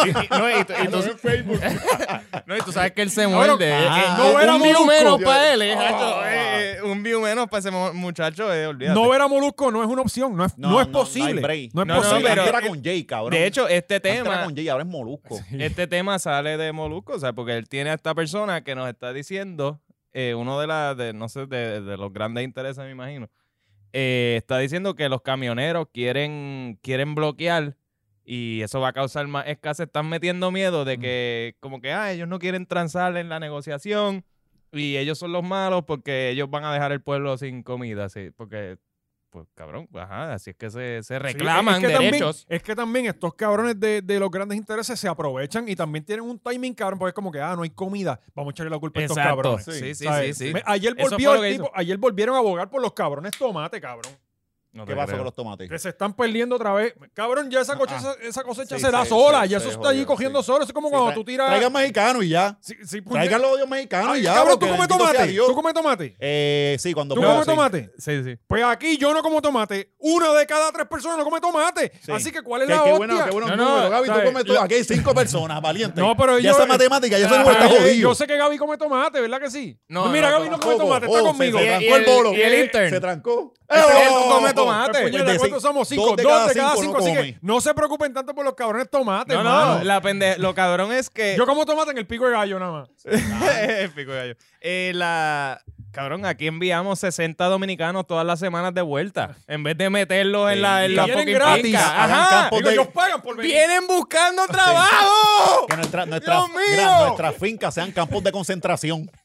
Y- y- no,
(laughs)
y, tú- y tú- (laughs) no, y tú sabes que él se
Cabrón,
muerde. eh,
ah,
eh,
no ver a
un view
Molusco.
menos para él. eh,
Ah.
Oh.
jacho, eh, eh, un view menos para ese mo- muchacho, eh, olvídate.
No ver a Molusco no es una opción, no es, no,
No,
es
no, no hay
posible. No,
break.
es
No, no,
posible. eh,
Antes
pero-
era con Jay, cabrón.
de hecho, este
Antes era
tema,
con Jay, ahora es Molusco.
este tema sale de Molusco, o sea, porque él tiene a esta persona que nos está diciendo, eh, uno de las, de, no sé, de, de los grandes intereses, me imagino, eh, está diciendo que los camioneros quieren, quieren bloquear y eso va a causar más escasez. Están metiendo miedo de que, como que, ah, ellos no quieren transar en la negociación y ellos son los malos porque ellos van a dejar el pueblo sin comida, sí, porque... Pues cabrón, ajá, así es que se, se
Sí,
reclaman derechos.
También, es que también estos cabrones de, de los grandes intereses se aprovechan y también tienen un timing cabrón, porque es como que, ah, no hay comida, vamos a echarle la culpa a estos
Exacto.
cabrones.
Sí, sí, sí,
¿Sabes?
sí.
Me- ayer,
Eso
volvió
fue lo
el
que
tipo- ayer volvieron a abogar por los cabrones tomate, cabrón.
No
¿Qué
te
pasó
creo.
con los tomates?
Que se están perdiendo otra vez. Cabrón, ya esa cosecha, esa cosecha
Ah. Sí,
se da
sí,
sola,
sí,
ya
sí,
eso está allí
jodido,
cogiendo
sí.
solo. Eso es como
Sí,
cuando
tra-
tú tiras.
Traigan mexicanos y ya.
Sí, sí, puñe-
Traigan los odios mexicanos
Ay,
y ya.
cabrón,
porque
tú comes
bendito sea
tomate.
Dios.
Tú comes tomate.
Eh, sí, cuando
¿Tú
puedo,
comes
sí.
tomate?
Sí, sí.
Pues aquí yo no como tomate. Una de cada tres personas no come tomate.
Sí.
Así que, ¿cuál es
Qué,
la
qué
hostia?
bueno, qué bueno.
No, no,
Gaby, tú
¿sabes?
comes tú. Aquí hay cinco personas, valiente.
No, pero
ya
yo-
esa matemática, ya se
Ah,
nos está
eh,
jodido.
Yo sé que Gaby come tomate, ¿verdad que sí?
No,
No, mira,
no,
Gaby no come
Tampoco.
tomate, está
Oh, se-
conmigo.
Se,
Y-
trancó
y
el
el-
bolo.
y el intern.
Se trancó.
Él come
Ah,
tomate.
pues,
Pues,
puñeta,
de
¿Cuántos
seis-
somos? Cinco. Dos de cada, cinco. así que no se preocupen tanto por los cabrones tomates,
No, no,
mano.
la pende- lo cabrón es que.
Yo como tomate en el pico de gallo nada más.
(laughs) Pico de gallo. Eh, la. Cabrón, aquí enviamos 60 dominicanos todas las semanas de vuelta. En vez de meterlos en la, en
Y
la
vienen
fucking
gratis.
finca.
Hagan
Ajá.
campo
Digo,
de-
ellos pagan por venir.
¡Vienen buscando trabajo!
Que nuestra- nuestra-
¡Dios mío!
gran- nuestras fincas sean campos de concentración. (laughs)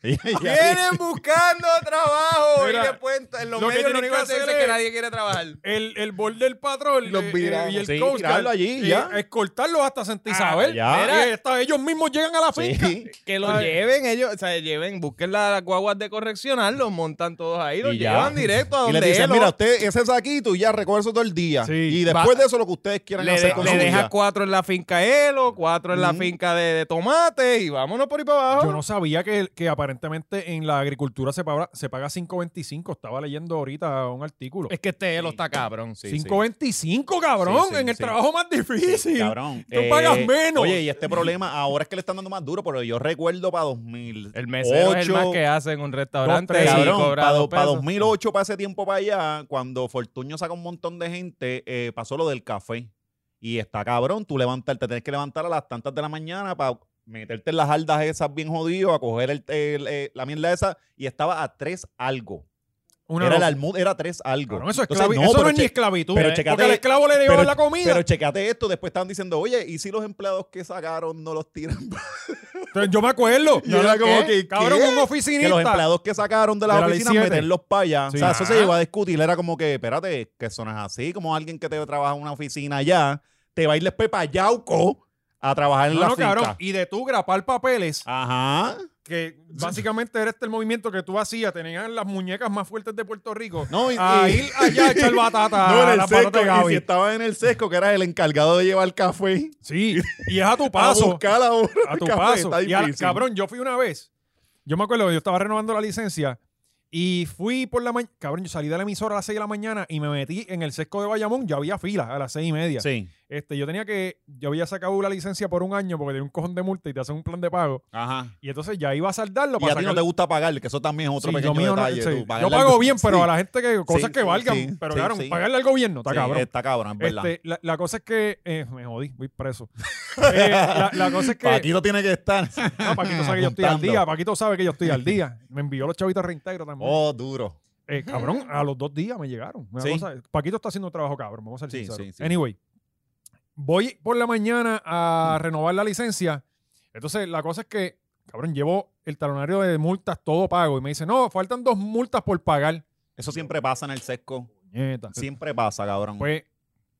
Y- y-
¡Vienen buscando trabajo!
Mira,
y después en- en los
lo que
medios lo
tienen
único
que
que se dice
hacer
es que
es-
nadie quiere trabajar.
El, el bol del patrón
Los
eh,
viramos.
y el
Sí,
coach
tirarlo allí, ya.
escoltarlos hasta Santa
Ah,
Isabel.
ya.
Mira, está- ellos mismos llegan a la finca.
Sí.
Que los lleven ellos, o sea, lleven, busquen la- las guaguas de correccional, los montan todos ahí, los
Y ya.
llevan directo a
Y
donde
le dicen,
él,
mira, usted ese saquito y ya recoge eso todo el día.
Sí.
Y después
Va-
de eso, lo que ustedes quieran
Le,
hacer
de-
con
le
su
deja
vida.
cuatro en la finca Elo, cuatro en la
Mm.
finca de, de tomate y vámonos por ahí para
Oh.
abajo.
Yo no sabía que, que aparentemente en la agricultura se paga, se paga 5.25. Estaba leyendo ahorita un artículo.
Es que este Elo está cabrón.
Sí, sí.
5.25, cabrón,
Sí, sí,
en el
sí.
trabajo más difícil.
Cabrón. Eh,
Tú pagas menos.
Oye, y este problema ahora es que le están dando más duro, pero yo recuerdo para 2000.
El mesero es el
Ocho,
más que hace en un restaurante
tres,
y
Cabrón,
cobra
para,
dos pesos.
2008, para ese tiempo para allá, cuando Fortuño saca un montón de gente, eh, pasó lo del café. Y está cabrón, tú levantar, te tienes que levantar a las tantas de la mañana para meterte en las aldas esas bien jodido, a coger el- el- eh, la mierda esa. Y estaba a tres algo.
Una
era el
loca.
almud, era tres algo.
Cabrón, eso es
Entonces,
esclavi-
no,
eso no
pero
es ni
che-
esclavitud.
pero
¿eh?
checate-
porque al esclavo le llevaban la comida.
Pero checate esto, después estaban diciendo, oye, ¿y si los empleados que sacaron no los tiran?
Entonces, yo me acuerdo.
Y
Yo
era
era como
¿qué?
que, cabrón,
¿Qué?
un oficinista.
que los empleados que sacaron de la,
De la ley
oficina
siete.
meterlos para allá.
Sí.
O sea, eso se
Ah.
llegó a discutir. Era como que, espérate, que eso no es así. Como alguien que te trabaja en una oficina allá, te va a ir después para Yauco a trabajar en
No,
la Ah.
no,
finca.
cabrón. Y de tú grapar papeles,
Ajá.
que básicamente era este el movimiento que tú hacías, tenían las muñecas más fuertes de Puerto Rico.
No, y-
a
y-
ir allá a echar batata
(laughs) no,
a
en
la
el
patata
sesco.
de
Y
Gaby.
si estabas en el sesco, que eras el encargado de llevar café.
Sí, y es a tu
(laughs) A
paso.
buscar ahora
a
el
tu
café,
paso.
Está
Y a la-
difícil.
cabrón, yo fui una vez. Yo me acuerdo que yo estaba renovando la licencia y fui por la mañana. Cabrón, yo salí de la emisora a las 6 de la mañana y me metí en el sesco de Bayamón. Ya había fila a las 6 y media.
Sí.
Este, yo tenía que. Yo había sacado la licencia por un año porque tenía un cojón de multa y te hacen un plan de pago.
Ajá.
Y entonces ya iba a saldarlo
Y
para
a ti no
sacar-
te gusta pagar, que eso también es otro
Sí, yo
pequeño
mío no-
detalle.
sí.
tú, pagarle
Yo pago
al-
bien, pero
Sí.
a la gente que. Cosas que
sí,
valgan.
sí,
pero
sí,
claro,
sí.
pagarle al gobierno, está
Sí,
cabrón.
Está cabrón, es verdad.
Este, la, la cosa es que. eh, me jodí, voy
(laughs)
preso. Eh, la, la cosa es que.
Paquito tiene que estar.
No, Paquito sabe que yo estoy al
Apuntando.
día. Paquito sabe que yo estoy al día. Me envió los chavitos de reintegro también.
Oh, duro.
Eh, cabrón, a los dos días me llegaron. Una
Sí.
cosa- Paquito está haciendo un trabajo cabrón, vamos a ser
Sí,
sinceros.
sí, sí.
Anyway, voy por la mañana
Mm.
a renovar la licencia. Entonces, la cosa es que, cabrón, llevo el talonario de multas todo pago. Y me dice, no, faltan dos multas por pagar.
Eso siempre pasa en el sesco.
Puñeta.
Siempre pasa, cabrón.
Pues,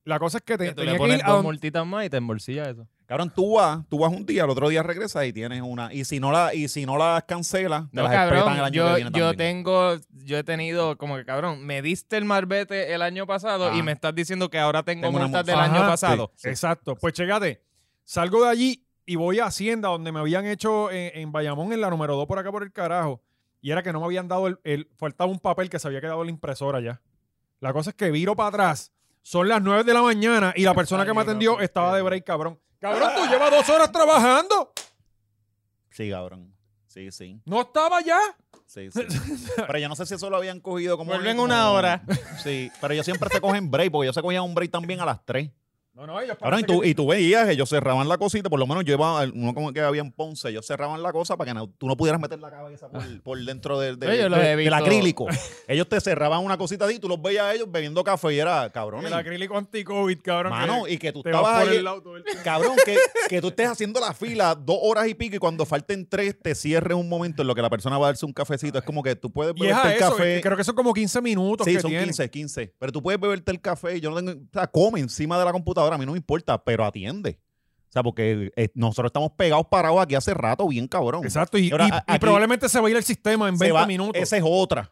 la cosa es que, te,
Que tú
tenía
le
que
pones
ir a
dos
donde-
multitas más y te embolsillas eso.
Cabrón, tú vas, tú vas un día, al otro día regresas y tienes una. Y si no la, y si no las cancelas, te
No,
las
cabrón,
espetan el año que
yo, yo
viene también.
tengo, yo he tenido como que, cabrón, me diste el marbete el año pasado
Ajá.
y me estás diciendo que ahora tengo,
Tengo una
multas
multa.
del año
Ajá,
pasado.
Sí.
Exacto. Pues chécate, salgo de allí y voy a Hacienda, donde me habían hecho en, en Bayamón, en la número 2 por acá por el carajo. Y era que no me habían dado el, el- Faltaba un papel que se había quedado en la impresora ya. La cosa es que viro para atrás. Son las 9 de la mañana y la persona que me atendió estaba de break, cabrón. Cabrón, tú llevas dos horas trabajando.
Sí, cabrón. Sí, sí,
No estaba ya.
sí,
(laughs)
sí. pero yo no sé si eso lo habían cogido como.
Vuelven
como-
una hora.
Sí, pero ellos siempre se cogen break, porque ellos se cogían un break también a las 3.
No, no, ellos
Cabrón, y
parece
tú,
que-
y tú veías, ellos cerraban la cosita, por lo menos yo iba, al- uno como que había en Ponce, ellos cerraban la cosa para que no- tú no pudieras meter la cabeza por, por dentro del, del-
Sí, yo los
del-
he
del
(laughs)
visto.
acrílico. Ellos te cerraban una cosita así y tú los veías a ellos bebiendo café y era, cabrón.
El acrílico anti-COVID, cabrón.
Mano,
que
y que tú
te vas
estabas
por
ahí,
el lado todo el-
cabrón, que,
(laughs)
que tú estés haciendo la fila dos horas y pico y cuando falten tres te cierres un momento en lo que la persona va a darse un cafecito. Es como que tú puedes
Y es a
beberte el
eso, eh,
café.
creo que son como 15 minutos
Sí,
que
son
tienen.
15, 15. Pero tú puedes beberte el café y yo no tengo... O sea, come encima de la computadora, a mí no me importa, pero atiende. O sea, porque eh, nosotros estamos pegados parados aquí hace rato, bien cabrón.
Exacto, y,
Y ahora,
y-
a-
y
aquí-
probablemente se va a ir el sistema en
Se
20
va-
minutos. Eh,
Esa es otra.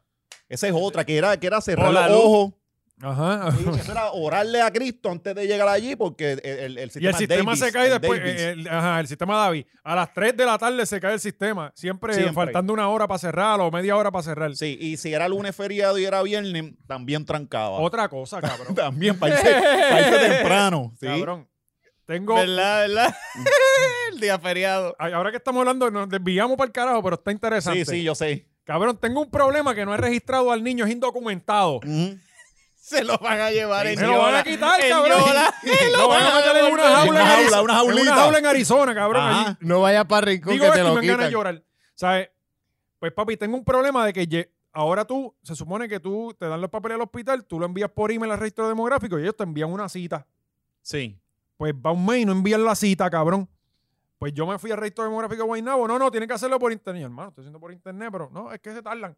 Esa es otra, que era, que era cerrar
O la
los
luz.
(laughs)
ojos.
Ajá.
Sí, que eso era orarle a Cristo antes de llegar allí porque el, el- el
Y el
sistema
sistema
Davis,
se cae
el
después.
Davis.
eh, el- ajá, el sistema David. A las 3 de la tarde se cae el sistema. Siempre,
Siempre.
faltando una hora para cerrar o media hora para cerrar.
Sí, y si era lunes feriado y era viernes, también trancaba.
Otra cosa, cabrón.
(laughs) También, para irse, para irse temprano.
(laughs)
¿sí?
Cabrón. Tengo.
¿Verdad, verdad?
(laughs)
el día feriado.
Ay, Ahora que estamos hablando, nos desviamos para el carajo, pero está interesante.
Sí, sí, yo sé.
Cabrón, tengo un problema que no he registrado al niño, es indocumentado.
Ujú.
(laughs) Se lo van a llevar en
Se lo van
yola,
a quitar,
en
cabrón. (laughs)
yola. (laughs)
Lo van a meter en una jaula. en
Una
Arizo-
jaula, una
en
jaulita.
una jaula en Arizona, cabrón.
Ajá.
allí.
No vayas para rincón
Digo
que te
esto y
lo
me ganas de
quitan.
llorar. ¿Sabes? Pues papi, tengo un problema de que lle- ahora tú, se supone que tú te dan los papeles al hospital, tú lo envías por email al registro demográfico y ellos te envían una cita.
Sí.
Pues va un mes y no envían la cita, cabrón. Pues yo me fui al registro demográfico de Guaynabo. No, no, tienen que hacerlo por internet. Y yo, Hermano, estoy haciendo por internet, pero no, es que se tardan.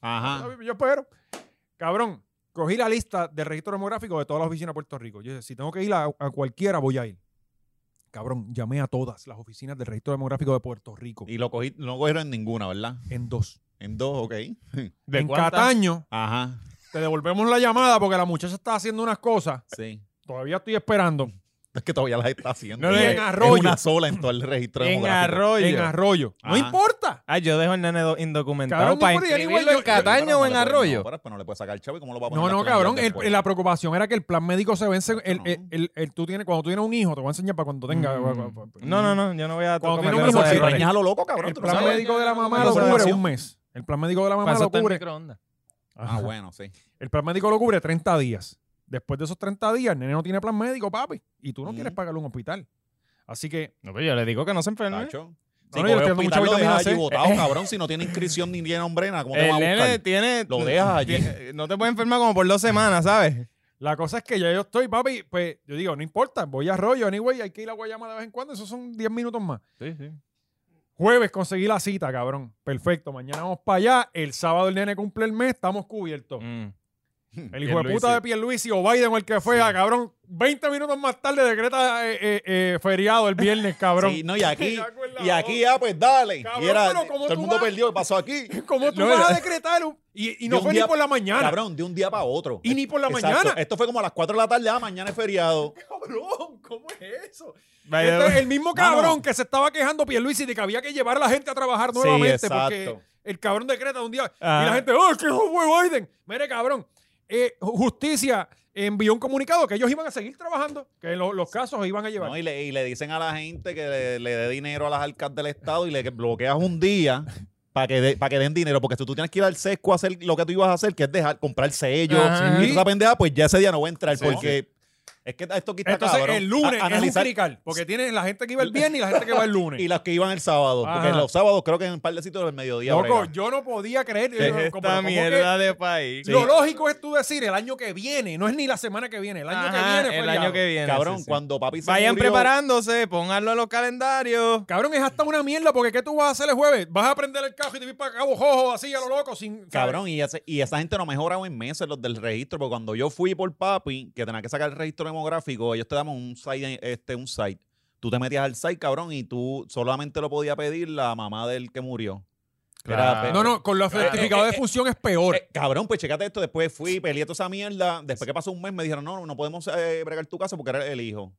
Ah.
Ajá.
Yo espero. Cabrón, cogí la lista del registro demográfico de todas las oficinas de Puerto Rico. Yo dije, si tengo que ir a, a cualquiera, voy a ir. Cabrón, llamé a todas las oficinas del registro demográfico de Puerto Rico.
Y lo cogí, no cogieron en ninguna, ¿verdad?
En dos.
En dos, ok.
en
cuántas?
Cataño,
Ajá.
te devolvemos la llamada porque la muchacha está haciendo unas cosas.
Sí.
Todavía estoy esperando.
Es que todavía las está haciendo.
No,
Es-
en Arroyo.
Es una sola en todo el registro
En
demográfico.
arroyo.
En Arroyo. No
Ajá.
importa.
Ah, yo dejo el nene do- indocumentado
Cabrón, no
para
importa, ya ni
inscribirlo
igual
en
yo-
Pero
Cataño
no
o
le
en
puede-
Arroyo.
No, pero, pero no le puede sacar el chavo y cómo lo va a poner.
No,
las
no,
planillas
cabrón. el-
después?
la preocupación era que el plan médico se vence. El,
no.
el- el- el- tú tienes, cuando tú tienes un hijo, te voy a enseñar para cuando tenga.
Mm. No, no, no, yo no voy a
Mm. Cuando
cometer
tiene un
esos
hijo, si
errores.
Bañas a lo loco, cabrón.
El
tú
plan
sabes.
médico de la mamá
La
lo cubre
observación.
un mes. El plan médico de la mamá
Pasó este
lo
hasta el
cubre.
microondas.
Ah,
Ajá.
bueno, sí.
El plan médico lo cubre 30 días. Después de esos 30 días, el nene no tiene plan médico, papi. Y tú no
Mm.
quieres pagarle un hospital. Así que
No, pero yo le digo que no se enferme.
Tacho. Si
No, no, y el
coge
que mucha
hospital, lo
vitamina
dejas
C.
allí botado, cabrón. Si no tiene inscripción ni tiene hombrena, ¿cómo te
El
vas a
nene
buscar?
tiene.
Lo dejas allí.
tiene- No te puedes enfermar como por dos semanas, ¿sabes?
La cosa es que ya yo estoy, papi, pues yo digo, no importa, voy a rollo, anyway, hay que ir a Guayama de vez en cuando, esos son 10 minutos más.
Sí, sí.
Jueves conseguí la cita, cabrón. Perfecto, mañana vamos para allá, el sábado el nene cumple el mes, estamos
Mm.
cubiertos.
Mm,
El hijo de puta de Pierluisi o Biden o el que fue, ah, cabrón, 20 minutos más tarde decreta eh, eh, eh, feriado el viernes, cabrón.
Sí, no,
(laughs)
y aquí,
Ya con la
y aquí ya, pues dale.
Cabrón,
y era,
pero ¿cómo
todo el
tú
mundo
vas?
perdió, ¿qué pasó aquí?
(laughs) ¿Cómo tú
No,
vas a
era-
decretar? un- Y, y
De
no
un
fue
día-
ni por la mañana.
Cabrón, de un día para otro.
Y ni por la
Exacto.
mañana.
Esto fue como a las 4 de la tarde, ah, mañana
(laughs)
es feriado.
Cabrón, ¿cómo es eso?
Vaya-
Este es el mismo cabrón
Mano.
que se estaba quejando Pierluisi de que había que llevar a la gente a trabajar
Sí,
nuevamente porque
exacto.
el cabrón decreta un día
Ah.
y la gente, ¡oh, qué fue Biden! Mire, cabrón, eh, Justicia envió un comunicado que ellos iban a seguir trabajando, que lo- los casos iban a llevar.
No, y, le, y le dicen a la gente que le, le dé dinero a las arcas del Estado y le bloqueas un día para que, de- pa' que den dinero. Porque si tú tienes que ir al sesco a hacer lo que tú ibas a hacer, que es dejar comprar sellos
Ajá.
y toda esa pendeja, pues ya ese día no va a entrar.
Sí,
porque es que esto aquí está
Entonces,
cabrón.
el lunes
A-
es un crical, porque tienen la gente que iba el viernes y la gente que va el lunes.
(laughs)
y las que iban el sábado. Porque
Ajá.
los sábados creo que en un par de sitios del mediodía.
Loco,
brega.
yo no podía creer. yo,
Es
pero
esta
¿cómo que-
mierda de país.
Lo lógico es tú decir el año que viene, no es ni la semana que viene, el año
Ajá,
que viene.
El
feriado.
año que viene.
Cabrón,
sí, sí.
cuando papi se
Vayan
murió-
preparándose, pónganlo a los calendarios.
Cabrón, es hasta una mierda porque ¿qué tú vas a hacer el jueves? ¿Vas a prender el cajo y te vas para Cabo Jojo así a lo loco sin...
Cabrón, y, ese- y esa gente no mejora en meses los del registro, porque cuando yo fui por papi, que tenía que sacar el registro demográfico, ellos te daban un site, este, un site. Tú te metías al site, cabrón, y tú solamente lo podía pedir la mamá del que murió. Era
Claro.
pe-
No, no, con los
Claro.
certificados de función es peor.
Eh, cabrón, pues checate esto, después fui, peleé toda esa mierda. Después que pasó un mes, me dijeron, no, no podemos eh, bregar tu casa porque era el hijo.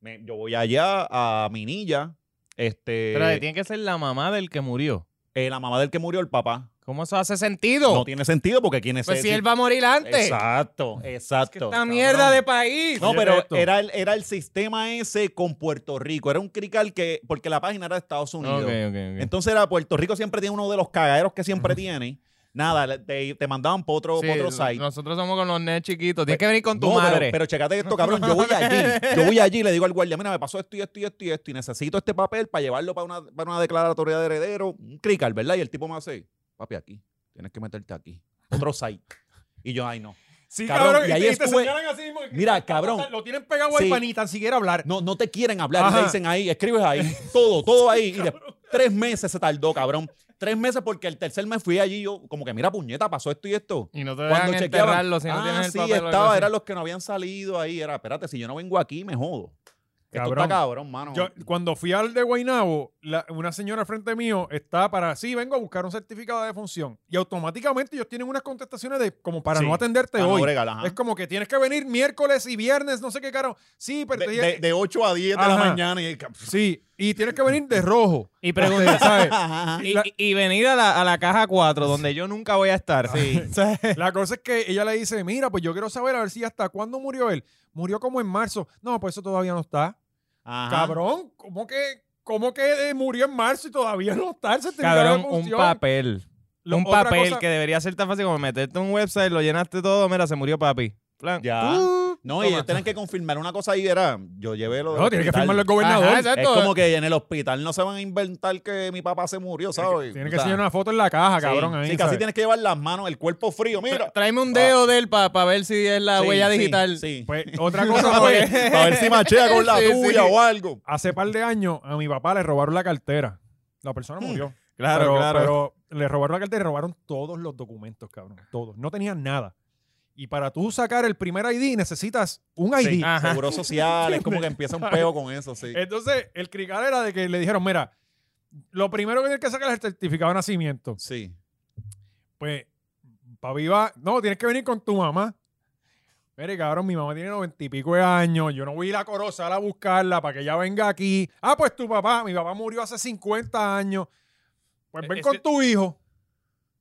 Me- yo voy allá a Minilla, este,
Espérate, tiene que ser la mamá del que murió.
eh, la mamá del que murió, el papá.
¿Cómo eso hace
No,
sentido?
tiene sentido porque quién es
pues si
ese-
él va a morir antes.
Exacto, exacto.
Esta mierda de país.
Eh, No,
Oye,
pero
esto.
era el, era el sistema ese con Puerto Rico. Era un crical que, porque la página era de Estados Unidos. Entonces era Puerto Rico siempre tiene uno de los cagaderos que siempre tiene. Nada, le- te, te mandaban para otro, pa' otro site. Pues,
Nosotros somos con los nerds chiquitos. Tienes que venir con tu
No, pero-
madre.
Pero, checate esto, cabrón.
(laughs)
Yo voy allí. Yo voy allí y le digo al guardia, mira, me pasó esto y esto y esto y esto. Y necesito este papel para llevarlo para una, para una declaratoria de heredero. Un crical, ¿verdad? Y el tipo me hace, papi, aquí. Tienes que meterte aquí. Otro site. Y yo, ay, no.
sí,
cabrón, y ahí
te
estuve-
señalan así mismo.
Mira, cabrón.
Lo tienen pegado ahí
Sí.
para ni tan siquiera hablar.
No, no te quieren hablar. Y
Ajá.
te dicen ahí, escribes ahí, todo, todo ahí. Y de- tres meses se tardó, cabrón. Tres meses porque el tercer mes fui allí yo, como que mira, puñeta, pasó esto y esto.
y no te
Cuando
dejan
chequeaba,
enterrarlo si no
ah,
tienes el
sí,
papel. o algo
estaba,
así.
eran los que no habían salido ahí. Era, espérate, si yo no vengo aquí, me jodo. Esto
Cabrón.
está cabrón, mano.
Yo, cuando fui al de Guaynabo, la- una señora al frente mío está para, sí, vengo a buscar un certificado de función. Y automáticamente ellos tienen unas contestaciones de como para
Sí.
no atenderte
Ah, no,
hoy.
brégala, ajá.
es como que tienes que venir miércoles y viernes, no sé qué caro. Sí, pero
de,
te-
de, 8 a 10 de la
Ajá.
mañana. Y,
sí, y tienes que venir de rojo.
Y
Este,
pregunta,
(laughs) ¿sabes?
Ajá.
y,
la-
y- y venir a la, a la caja 4, donde yo nunca voy a estar. Sí.
La cosa es que ella le dice, mira, pues yo quiero saber a ver si hasta cuándo murió él. Murió como en marzo. No, pues eso todavía no está.
Ah.
Ajá.
Cabrón, ¿cómo que, cómo que eh, murió en marzo y todavía no está el certificado
Cabrón,
de
un
función?
papel.
Lo-
un
otra
papel
cosa-
que debería ser tan fácil como meterte un website, lo llenaste todo, mira, se murió papi. Plan,
Ya.
tú-
No,
toma.
y ellos tienen que confirmar una cosa ahí, era, yo llevé lo
No,
del
tiene que
hospital.
firmarlo el gobernador.
Ajá, exacto.
Es como que en el hospital no se van a inventar que mi papá se murió, ¿sabes?
Tiene
O
que
sea,
enseñar una foto en la caja, cabrón.
Sí,
ahí,
sí,
¿sabes?
casi tienes que llevar las manos, el cuerpo frío, mira.
Tra- Tráeme un dedo del papá para ver si es la
Ah. Sí,
huella
sí,
digital.
Sí.
(laughs)
(laughs)
Pues, otra cosa fue,
eh,
(laughs)
Para ver si machea con la
Sí, sí.
tuya o algo.
hace par de años a mi papá le robaron la cartera. La persona murió.
(laughs) Claro,
pero,
claro.
pero le robaron la cartera y robaron todos los documentos, cabrón. Todos. No tenían nada. Y para tú sacar el primer ID necesitas un ID.
Sí,
Ajá.
seguro social, es como que empieza un peo con eso, sí.
Entonces, el crical era de que le dijeron, mira, lo primero que tienes que sacar es el certificado de nacimiento.
Sí.
Pues, papi va, no, tienes que venir con tu mamá. Mire, cabrón, mi mamá tiene noventa y pico de años. Yo no voy a ir a Corozal a buscarla para que ella venga aquí. Ah, pues tu papá, mi papá murió hace 50 años. Pues ven
Es
con
que-
tu hijo.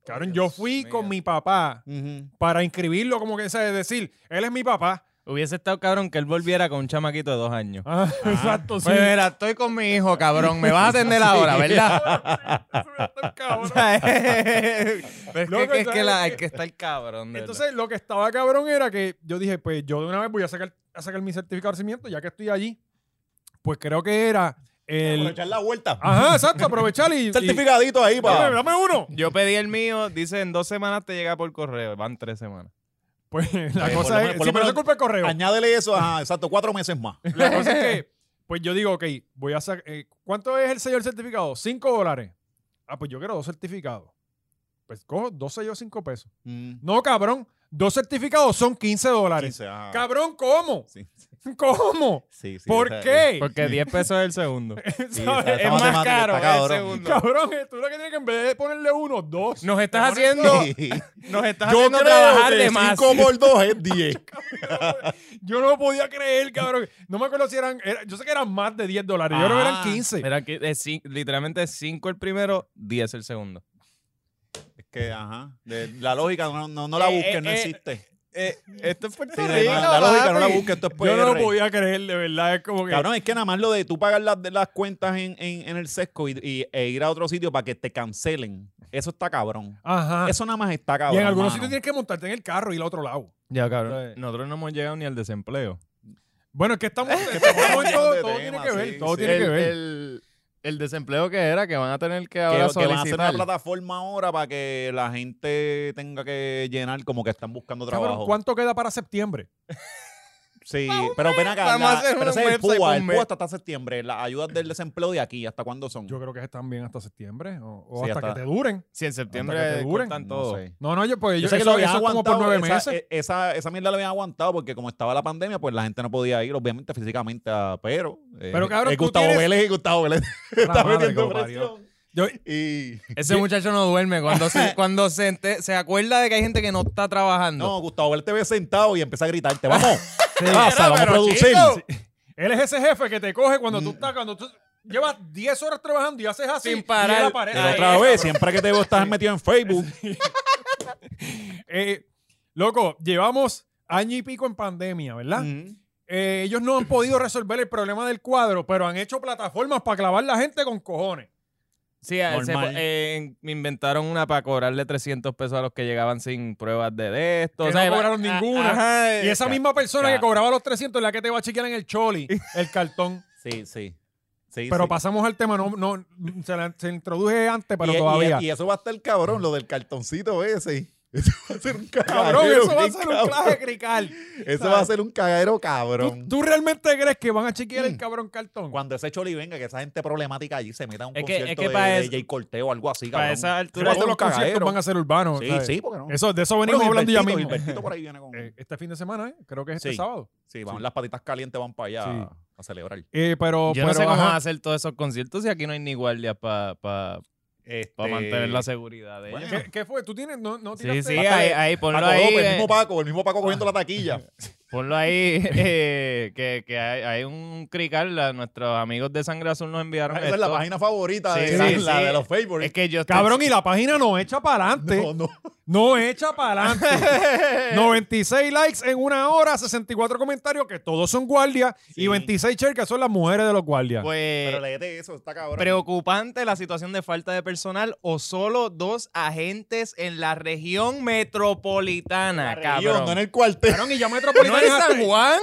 Cabrón, yo
E, Dios
fui
mío.
con mi papá
Ujú.
para inscribirlo, como que sabe decir, él es mi papá.
Hubiese estado cabrón que él volviera con un chamaquito de dos años.
Ah, (laughs) exacto, sí.
Pues mira, estoy con mi hijo, cabrón. Me vas a atender ahora, ¿verdad? O
Cabrón.
sea, (laughs) pero es
Loco,
que, es que
¿sabes
la-
qué?
hay que estar cabrón. de
Entonces, lo que estaba cabrón era que yo dije, pues yo de una vez voy a sacar, a sacar mi certificado de nacimiento, ya que estoy allí. Pues creo que era el-
echar la vuelta.
Ajá, exacto, aprovechar y. y-
Certificadito ahí
(laughs) Dame,
para.
dame uno.
Yo pedí el mío, dice en dos semanas te llega por correo, van tres semanas.
Pues la
Eh, por lo
cosa
menos-
es.
por
Sí, pero eso
lo menos-
es culpa del correo.
Añádele eso, ajá, exacto, cuatro meses
(laughs)
más.
La cosa es
(laughs)
que, pues yo digo, ok, voy a sacar. ¿Cuánto es el sello del certificado? Cinco dólares. Ah, pues yo quiero dos certificados. Pues cojo dos sellos, cinco pesos.
Mm,
No, cabrón. Dos certificados son 15 dólares.
15, ajá.
Cabrón, ¿cómo?
Sí, sí,
¿Cómo?
sí, eh, sí,
¿Por
esa-
qué?
Porque 10 pesos es el segundo.
sí,
(laughs)
esa-
¿Sabes?
esa
más
matemática
caro,
está
el
cabrón.
segundo.
Cabrón, eh, tú lo que tienes que en vez de ponerle uno, dos.
(laughs) Nos estás
Te pones
haciendo,
(laughs) Sí.
nos estás
Yo
haciendo
creo
trabajar
que
de más.
5 por 2 es 10.
Yo no podía creer, cabrón. No me acuerdo si eran. era- yo sé que eran más de 10 dólares. Yo creo que eran
Ah,
15.
Mira, que es cin- literalmente 5 el primero, 10 el segundo.
(laughs) Es que, ajá. de- la lógica no, no, no la
Eh,
busques, no
eh, eh,
existe.
esto es Puerto
Sí, de- la, la lógica no la busques, esto es
yo no
PR.
lo podía creer, de verdad. Es como que.
Cabrón, es que nada más lo de tú pagar las, las cuentas en, en, en el sesco y, y- e ir a otro sitio para que te cancelen. Eso está cabrón.
Ah.
Ajá.
Eso nada más está cabrón.
y en algunos
mano.
sitios tienes que montarte en el carro y ir a otro lado.
Ya,
Eh.
cabrón. Nosotros no hemos llegado ni al desempleo.
Bueno, es que
(laughs)
estamos.
estamos
estamos en todo,
de
todo
tema,
tiene que ver.
sí,
todo
sí.
tiene que ver.
el- el desempleo que era, que van a tener que
Que,
ahora
que van a hacer una
solicitar.
plataforma ahora para que la gente tenga que llenar como que están buscando
Cabrón,
trabajo.
¿Cuánto queda para septiembre?
Sí, pero ven acá.
vamos
la-
a hacer
pero
un
ese es el
website
PUA,
por
el
un
PUA
mes.
hasta, hasta septiembre. Las ayudas del desempleo de aquí, ¿hasta cuándo son?
Yo creo que están bien hasta septiembre o, o
Sí,
hasta,
hasta-
que te duren.
Si en
Hasta que te
septiembre
duren,
cortan
No
todo.
sé.
No, no, yo, pues
Yo
yo,
sé que
eso,
lo habían
eso es como por
aguantado.
nueve
esa, (laughs)
meses.
e- Esa, esa mierda la habían aguantado porque como estaba la pandemia, pues la gente no podía ir, obviamente físicamente, a- pero... eh,
Pero, cabrón,
eh,
tú
Gustavo
tienes-
Vélez y Gustavo Vélez
La
está
madre que
metiendo
lo parió.
presión.
Yo- (laughs)
Y...
Ese muchacho no duerme. Cuando se, cuando se, ente- se acuerda de que hay gente que no está trabajando.
No, Gustavo Vélez te ve sentado y empieza a
(laughs)
gritarte, vamos, pasa, vamos a
pero,
producir.
chico.
Él es ese jefe que te coge cuando
Mm.
tú estás, cuando tú llevas 10 horas trabajando y haces así.
Sin parar.
y él
Pero
aparece. Ay,
otra vez, siempre que te veo estás metido en Facebook.
Eh, loco, llevamos año y pico en pandemia, ¿verdad?
Mm.
Eh, ellos no han podido resolver el problema del cuadro, pero han hecho plataformas para clavar la gente con cojones.
Sí, a- se-
Normal.
eh, me inventaron una para cobrarle 300 pesos a los que llegaban sin pruebas de, de esto.
Que
o sea,
no cobraron
a-
ninguna.
ajá, eh.
Y esa
ca-
misma persona que
ya.
cobraba los 300 es la que te va a chequear en el choli, el cartón.
Sí, sí. Sí,
Pero
sí.
pasamos al tema, no, no se, la- se introduje antes, pero
Y- y-
todavía.
Y, eso va a estar cabrón, lo del cartoncito ese. (laughs) Eso va a ser un cagadero.
cabrón, eso va a
bien
ser un
cabrón.
claje crical.
Eso va a ser un cagadero cabrón.
¿Tú, tú realmente crees que van a chequear el
Mm.
cabrón cartón?
Cuando ese Choli venga, que esa gente problemática allí se meta a un
Es que-
concierto
es que
de,
pa'
de
es-
Jay Corteo o algo así,
pa'
cabrón.
esa altura
Va a
Todos
ser un
los conciertos
cagadero.
van a ser urbanos.
Sí,
¿sabes?
sí, porque no.
Eso, de eso venimos
Bueno,
hablando ya
Gilbertito,
mismo.
Gilbertito por ahí
(laughs)
viene con...
Eh, Este fin de semana, ¿eh? creo que es este
Sí.
sábado.
sí, van
sí.
las patitas calientes, van para allá
Sí.
a celebrar.
Eh, pero,
Yo no
pero,
sé cómo
ajá.
van a hacer todos esos conciertos si aquí no hay ni guardias para
Este,
mantener la seguridad de
bueno,
ellos.
¿Qué, qué fue? ¿Tú tienes? No, no
Sí,
tiraste?
sí,
Basta
ahí,
de-
ahí, ponlo
Paco
ahí.
López, el
eh, ah,
mismo Paco, el mismo Paco cogiendo
(laughs)
la taquilla.
Ponlo ahí, (laughs) eh, que, que hay, hay un crical, la- nuestros amigos de Sangre Azul nos enviaron
Esa es la
esto.
página favorita
Sí,
de,
sí,
la,
sí.
la de los favorites.
Es que eh, yo estoy-
Cabrón, y la página no echa para adelante.
(laughs) No, no.
No echa para
(laughs)
adelante. 96 likes en una hora, 64 comentarios que todos son guardias y
Sí.
26 shares que son las mujeres de los guardias.
Pues,
Pero léete eso, está cabrón.
preocupante la situación de falta de personal o solo dos agentes en la región metropolitana,
Región,
cabrón.
no en el cuartel.
Cabrón, y ya
¿No
metropolitana.
en San Juan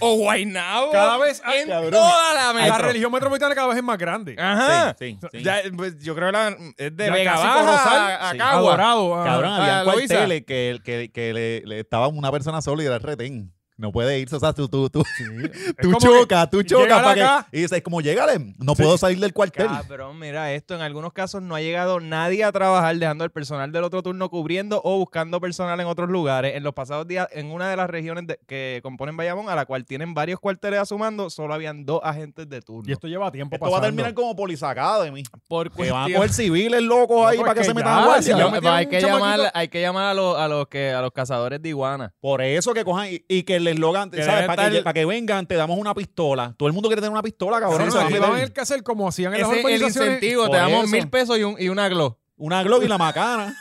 o Guaynabo.
Cada vez- ah,
en
cabrón.
toda
la
la metro.
religión metropolitana cada vez es más grande.
Ajá.
Sí, sí, sí.
Ya, pues, yo creo que la- es de
Ya
Vega
casi
Baja
Corozal,
a, a
sí.
Cagua.
Adorado, ah.
Cabrón,
Ah,
había
Loisa.
cuarteles que, que, que le, le estaba una persona sola y era el retén. No puede irse, o sea, tú, tú, tú, (laughs) tú
como
chocas, tú
que
chocas
llegar
para
acá.
que... Y dices, como, llégale, no puedo salir del cuartel.
Cabrón, mira esto. En algunos casos no ha llegado nadie a trabajar, dejando al personal del otro turno cubriendo o buscando personal en otros lugares. En los pasados días, en una de las regiones de- que componen Bayamón, a la cual tienen varios cuarteles asumando, solo habían dos agentes de turno.
Y esto lleva tiempo
Esto
pasando.
va a terminar como polisacada de mí.
por
Que van a
cuestión.
coger civiles locos ahí
No,
para que
porque
se
ya,
metan a guardia.
si yo me- metieron
Pues hay,
un
que
chamaquito-
llamar, hay que llamar a los, a los que a los cazadores de iguanas.
Por eso que cojan y, y que el eslogan,
Que
¿sabes?
debe
Para que,
estar-
para que vengan, te damos una pistola. Todo el mundo quiere tener una pistola,
Sí,
cabrón.
no,
se va a
aquí
meter
van a tener que hacer como hacían en las
Ese es el
urbanizaciones.
incentivo.
Por
Te damos
eso.
mil pesos y, un- y una glow.
Una Glock y la macana.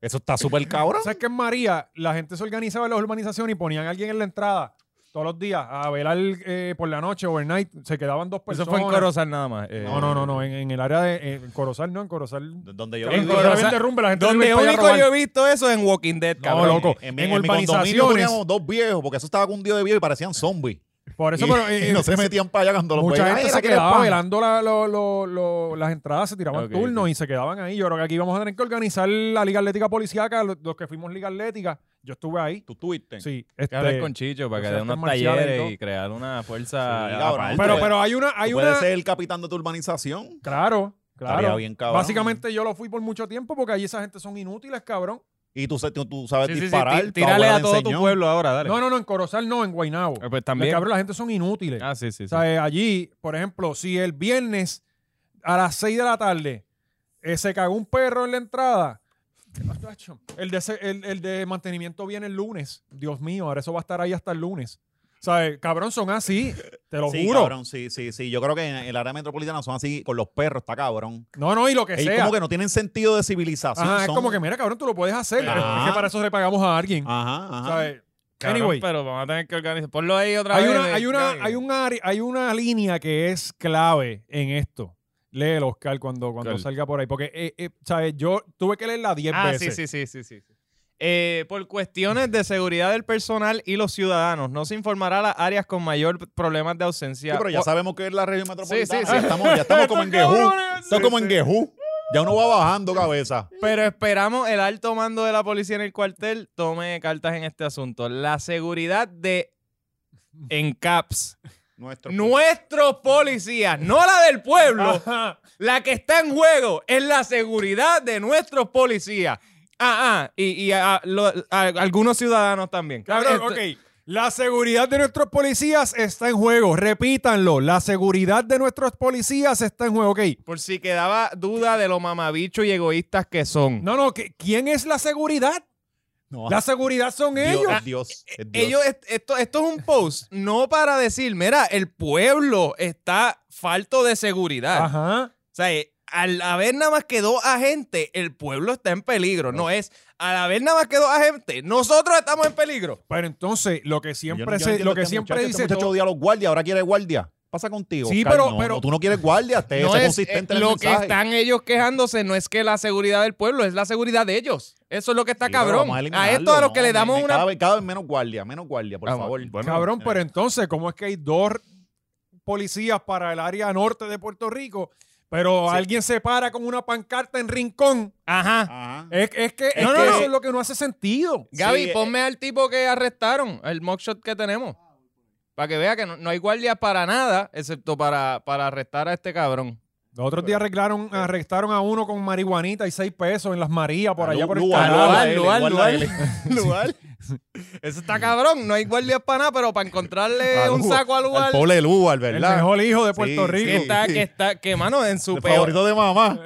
Eso está súper
(laughs)
cabrón.
¿Sabes que en María la gente se organizaba en las urbanizaciones y ponían a alguien en la entrada todos los días a velar eh, por la noche, overnight? Se quedaban dos personas.
Eso fue en Corozal nada más. eh.
No, no, no, no. En, en el área de. eh, En Corozal, no, en Corozal.
Donde yo
En
En
vivo.
Corozal
Corozal-
había un derrumbe, la gente no
Donde
iba a ir para allá
único
a
yo he
robar.
visto eso es en Walking Dead,
No,
cabrón.
loco.
En mi,
En
en mi condominio
urbanizaciones.
poníamos dos viejos porque eso estaba con un día de viejo y parecían zombies.
Por eso,
y,
pero, eh,
(laughs)
(laughs) y no se metían para allá cuando los
Mucha
veían.
gente
Mira,
se
¿qué les
quedaba
pasa?
velando la- lo- lo- lo- las entradas, se tiraban
Ok,
turnos y se quedaban ahí. Yo creo que aquí vamos a tener que organizar la Liga Atlética Policiaca, los, los que fuimos Liga Atlética. Yo estuve ahí.
Tú tuviste.
Sí,
Hay que hablar
este,
con Chicho para que
o sea,
dé
artes
unos
marciales,
talleres
¿no?
y crear una fuerza.
Sí, cabrón.
aparte. pues,
pero, pero hay una, hay
Tú puedes
una.
ser el capitán de tu urbanización.
Claro,
Estaría
claro.
bien cabrón.
Básicamente yo lo fui por mucho tiempo porque ahí esa gente son inútiles, cabrón.
Y tú, se- tú- tú sabes
Sí, sí, sí,
disparar.
tí-
tu
tírale
abuela
a
te
todo tu
enseñó.
pueblo ahora, dale.
No, no, no, en Corozal no, en Guaynabo.
Eh, Pues
Los
también.
cabrones, la gente son inútiles.
Ah, sí, sí.
O
sí.
sea, eh, allí, por ejemplo, si el viernes a las 6 de la tarde eh, se cagó un perro en la entrada, macho, el de, se- el, el de mantenimiento viene el lunes. Dios mío, ahora eso va a estar ahí hasta el lunes. ¿Sabes? Cabrón, son así, te lo
Sí,
juro.
cabrón, sí, sí, sí. Yo creo que en el área metropolitana son así con los perros, está cabrón.
No, no, y lo que
Ellos
sea.
como que no tienen sentido de civilización.
Ajá, es
son-
como que, mira, cabrón, tú lo puedes hacer.
Ajá.
Es que para eso le pagamos a alguien.
Ajá, ajá.
¿Sabes?
Cabrón,
anyway.
Pero vamos a tener que organizar. Ponlo ahí otra
Hay
vez.
una, hay, una,
Dani.
hay, un área- hay una línea que es clave en esto. Lee el Oscar cuando, cuando
Oscar.
salga por ahí. Porque, eh, eh, ¿sabes? Yo tuve que leerla 10
Ah, sí,
veces.
sí, sí, sí, sí. sí. Eh, por cuestiones de seguridad del personal y los ciudadanos, no se informará a las áreas con mayor problemas de ausencia.
Sí, pero ya
O-
sabemos que es la región metropolitana.
sí,
Ya
sí.
estamos,
(laughs)
ya estamos como en Gejú.
¡Ah, cabrones,
Estamos
sí,
como
sí.
en Gejú. Ya uno va bajando cabeza.
Pero esperamos el alto mando de la policía en el cuartel tome cartas en este asunto. La seguridad de en caps.
Nuestro
Nuestros policías, no la del pueblo,
Ajá.
la que está en juego es la seguridad de nuestros policías. Ah, ah, y, y a- a- lo- a algunos ciudadanos también. Este,
Cabrón,
Esto-
ok. La seguridad de nuestros policías está en juego. Repítanlo. La seguridad de nuestros policías está en juego. Ok.
Por si quedaba duda de lo mamabichos y egoístas que son.
No, no. ¿qué- ¿Quién es la seguridad?
No,
La seguridad son
Dios,
ellos.
Dios, es Dios.
Ellos, est- esto, esto es un post, no para decir, mira, el pueblo está falto de seguridad.
Ajá.
O sea, eh, al haber nada más que dos agentes, el pueblo está en peligro.
Ah.
No es, al haber nada más que dos agentes, nosotros estamos en peligro.
Pero entonces, lo que
Yo no-
siempre,
yo
se,
entiendo
lo que
este
siempre
muchacho,
dice.
Este muchacho
todo-
odia a los guardias, ahora quiere guardia. Pasa contigo.
Sí,
Oscar?
pero-
No,
pero-
no, tú no quieres guardia. Te,
No
sé
es,
consistente
eh,
en el
lo que
mensaje.
están ellos quejándose no es que la seguridad del pueblo, es la seguridad de ellos. Eso es lo que está
Sí, pero
cabrón.
vamos
A,
eliminarlo, eh.
esto a lo que
no,
le damos
me-
una...
Cada vez, cada vez menos guardia, menos guardia, por
Ah,
favor.
bueno,
Cabrón, pero entonces, ¿cómo es que hay dos policías para el área norte de Puerto Rico, pero alguien se para con una pancarta en rincón?
Ajá.
Ajá.
Es, es que, es
no,
que
no.
eso es lo que no hace sentido.
Gaby,
Sí, eh,
ponme al tipo que arrestaron, el mockshot que tenemos. Para que vea que no, no hay guardia para nada, excepto para, para arrestar a este cabrón.
Los otros días arreglaron, arrestaron a uno con marihuanita y seis pesos en Las Marías, por
Ah,
allá
Lu-
por el
Lugar,
canal.
lugar,
lugar,
lugar,
lugar.
lugar.
Ese está cabrón, no hay guardia para nada, pero para encontrarle
A
un
Lugar.
saco al
Al
lugar.
pobre Lugar,
El
¿verdad?
mejor hijo de Puerto
Sí,
Rico.
Que está, que está, que mano, en su
El
peor.
favorito de mamá.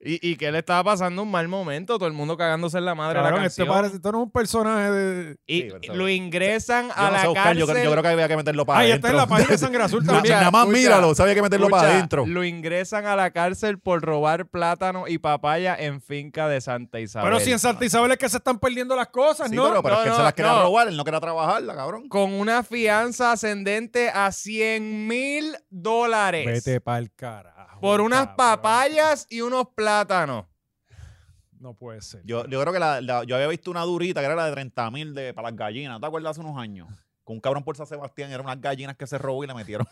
Y, y que él estaba pasando un mal momento, todo el mundo cagándose en la madre de la
Cabrón, este
canción.
parece, esto no es un personaje
(laughs)
de...
Y
Sí, pero-
lo ingresan
Yo
a
no
la
sé, Oscar,
cárcel.
yo, creo- yo creo que había que meterlo para
Ahí está
adentro.
en la página de Sangre
(laughs)
Azul
Na-
también.
Mira,
nada más
escucha,
míralo, sabía que meterlo para
Escucha,
adentro.
Lo ingresan a la cárcel por robar plátano y papaya en finca de Santa Isabel.
Pero si en Santa Isabel es que se están perdiendo las cosas,
Sí,
Ah, ¿no?
pero, pero
no,
es que él
no,
se las quería
no.
robar, él no quería trabajarla, cabrón.
Con una fianza ascendente a 100 mil dólares.
Vete pa'l carajo.
por unas
cabrón.
papayas y unos plátanos.
No puede ser.
Yo, yo creo que la, la- yo había visto una durita que era la de 30 mil para las gallinas. ¿Te acuerdas hace unos años? Con un cabrón por San Sebastián, eran unas gallinas que se robó y
(laughs)
le metieron.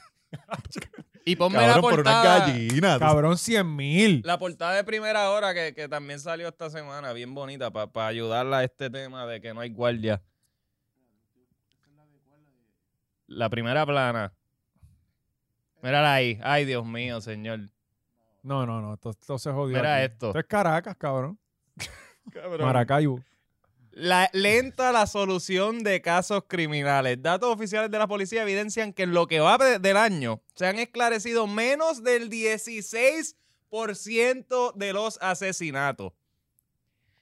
Y ponme
Cabrón,
la
por unas
portada.
gallinas.
Cabrón, 100 mil.
La portada de primera hora que, que también salió esta semana, bien bonita, para ayudarla a este tema de que no hay guardia. La primera plana. Mírala ahí. Ay, Dios mío, señor.
No, no, no. Esto, esto se jodió.
Mira
aquí.
esto.
Esto es Caracas, cabrón. Maracaibo.
La, lenta la solución de casos criminales. Datos oficiales de la policía evidencian que en lo que va de- del año se han esclarecido menos del 16% de los asesinatos.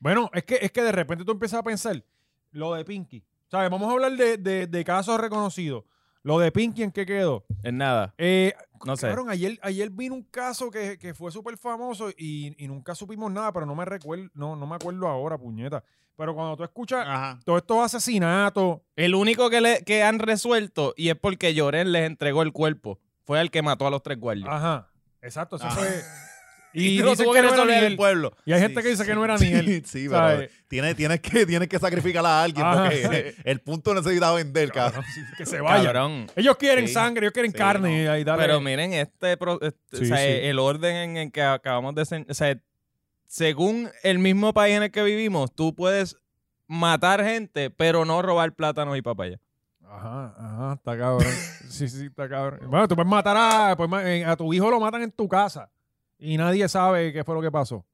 Bueno, es que, es que de repente tú empiezas a pensar lo de Pinky. ¿Sabes? Vamos a hablar de, de- de casos reconocidos. Lo de Pinky, ¿en qué quedó?
Es nada,
Eh,
no sé.
Cabrón, ayer, ayer vino un caso que, que fue súper famoso y, y nunca supimos nada, pero no me recuerdo, no, no me acuerdo ahora, puñeta. Pero cuando tú escuchas
Ajá.
todos estos asesinatos,
El único que, le, que han resuelto, y es porque
Ah,
Lloren les entregó el cuerpo, fue el que mató a los tres guardias.
(laughs)
Ajá, exacto, ese
Ah.
fue. Y,
te lo
dicen
tuvo
que no era
resolver
ni
el
él.
pueblo.
Y hay gente que dice que no era ni
Sí, (laughs)
él.
sí,
¿sabes?
pero tienes, tienes, que, tienes que sacrificar a alguien
Ajá,
porque eh, (laughs) el punto necesita
(laughs)
vender, cabrón.
Que se vaya.
Cabrón.
Ellos quieren
Sí.
sangre, ellos quieren
Sí,
carne. y ahí dale.
Pero miren, este, pro- este-
Sí,
o sea,
sí.
el orden en el que acabamos de... sen- O sea, según el mismo país en el que vivimos, tú puedes matar gente, pero no robar plátanos y papaya.
Ajá, ajá, está cabrón. (laughs) Sí, sí, está cabrón. Bueno, tú puedes matar a, puedes ma- eh, a tu hijo, lo matan en tu casa y nadie sabe qué fue lo que pasó.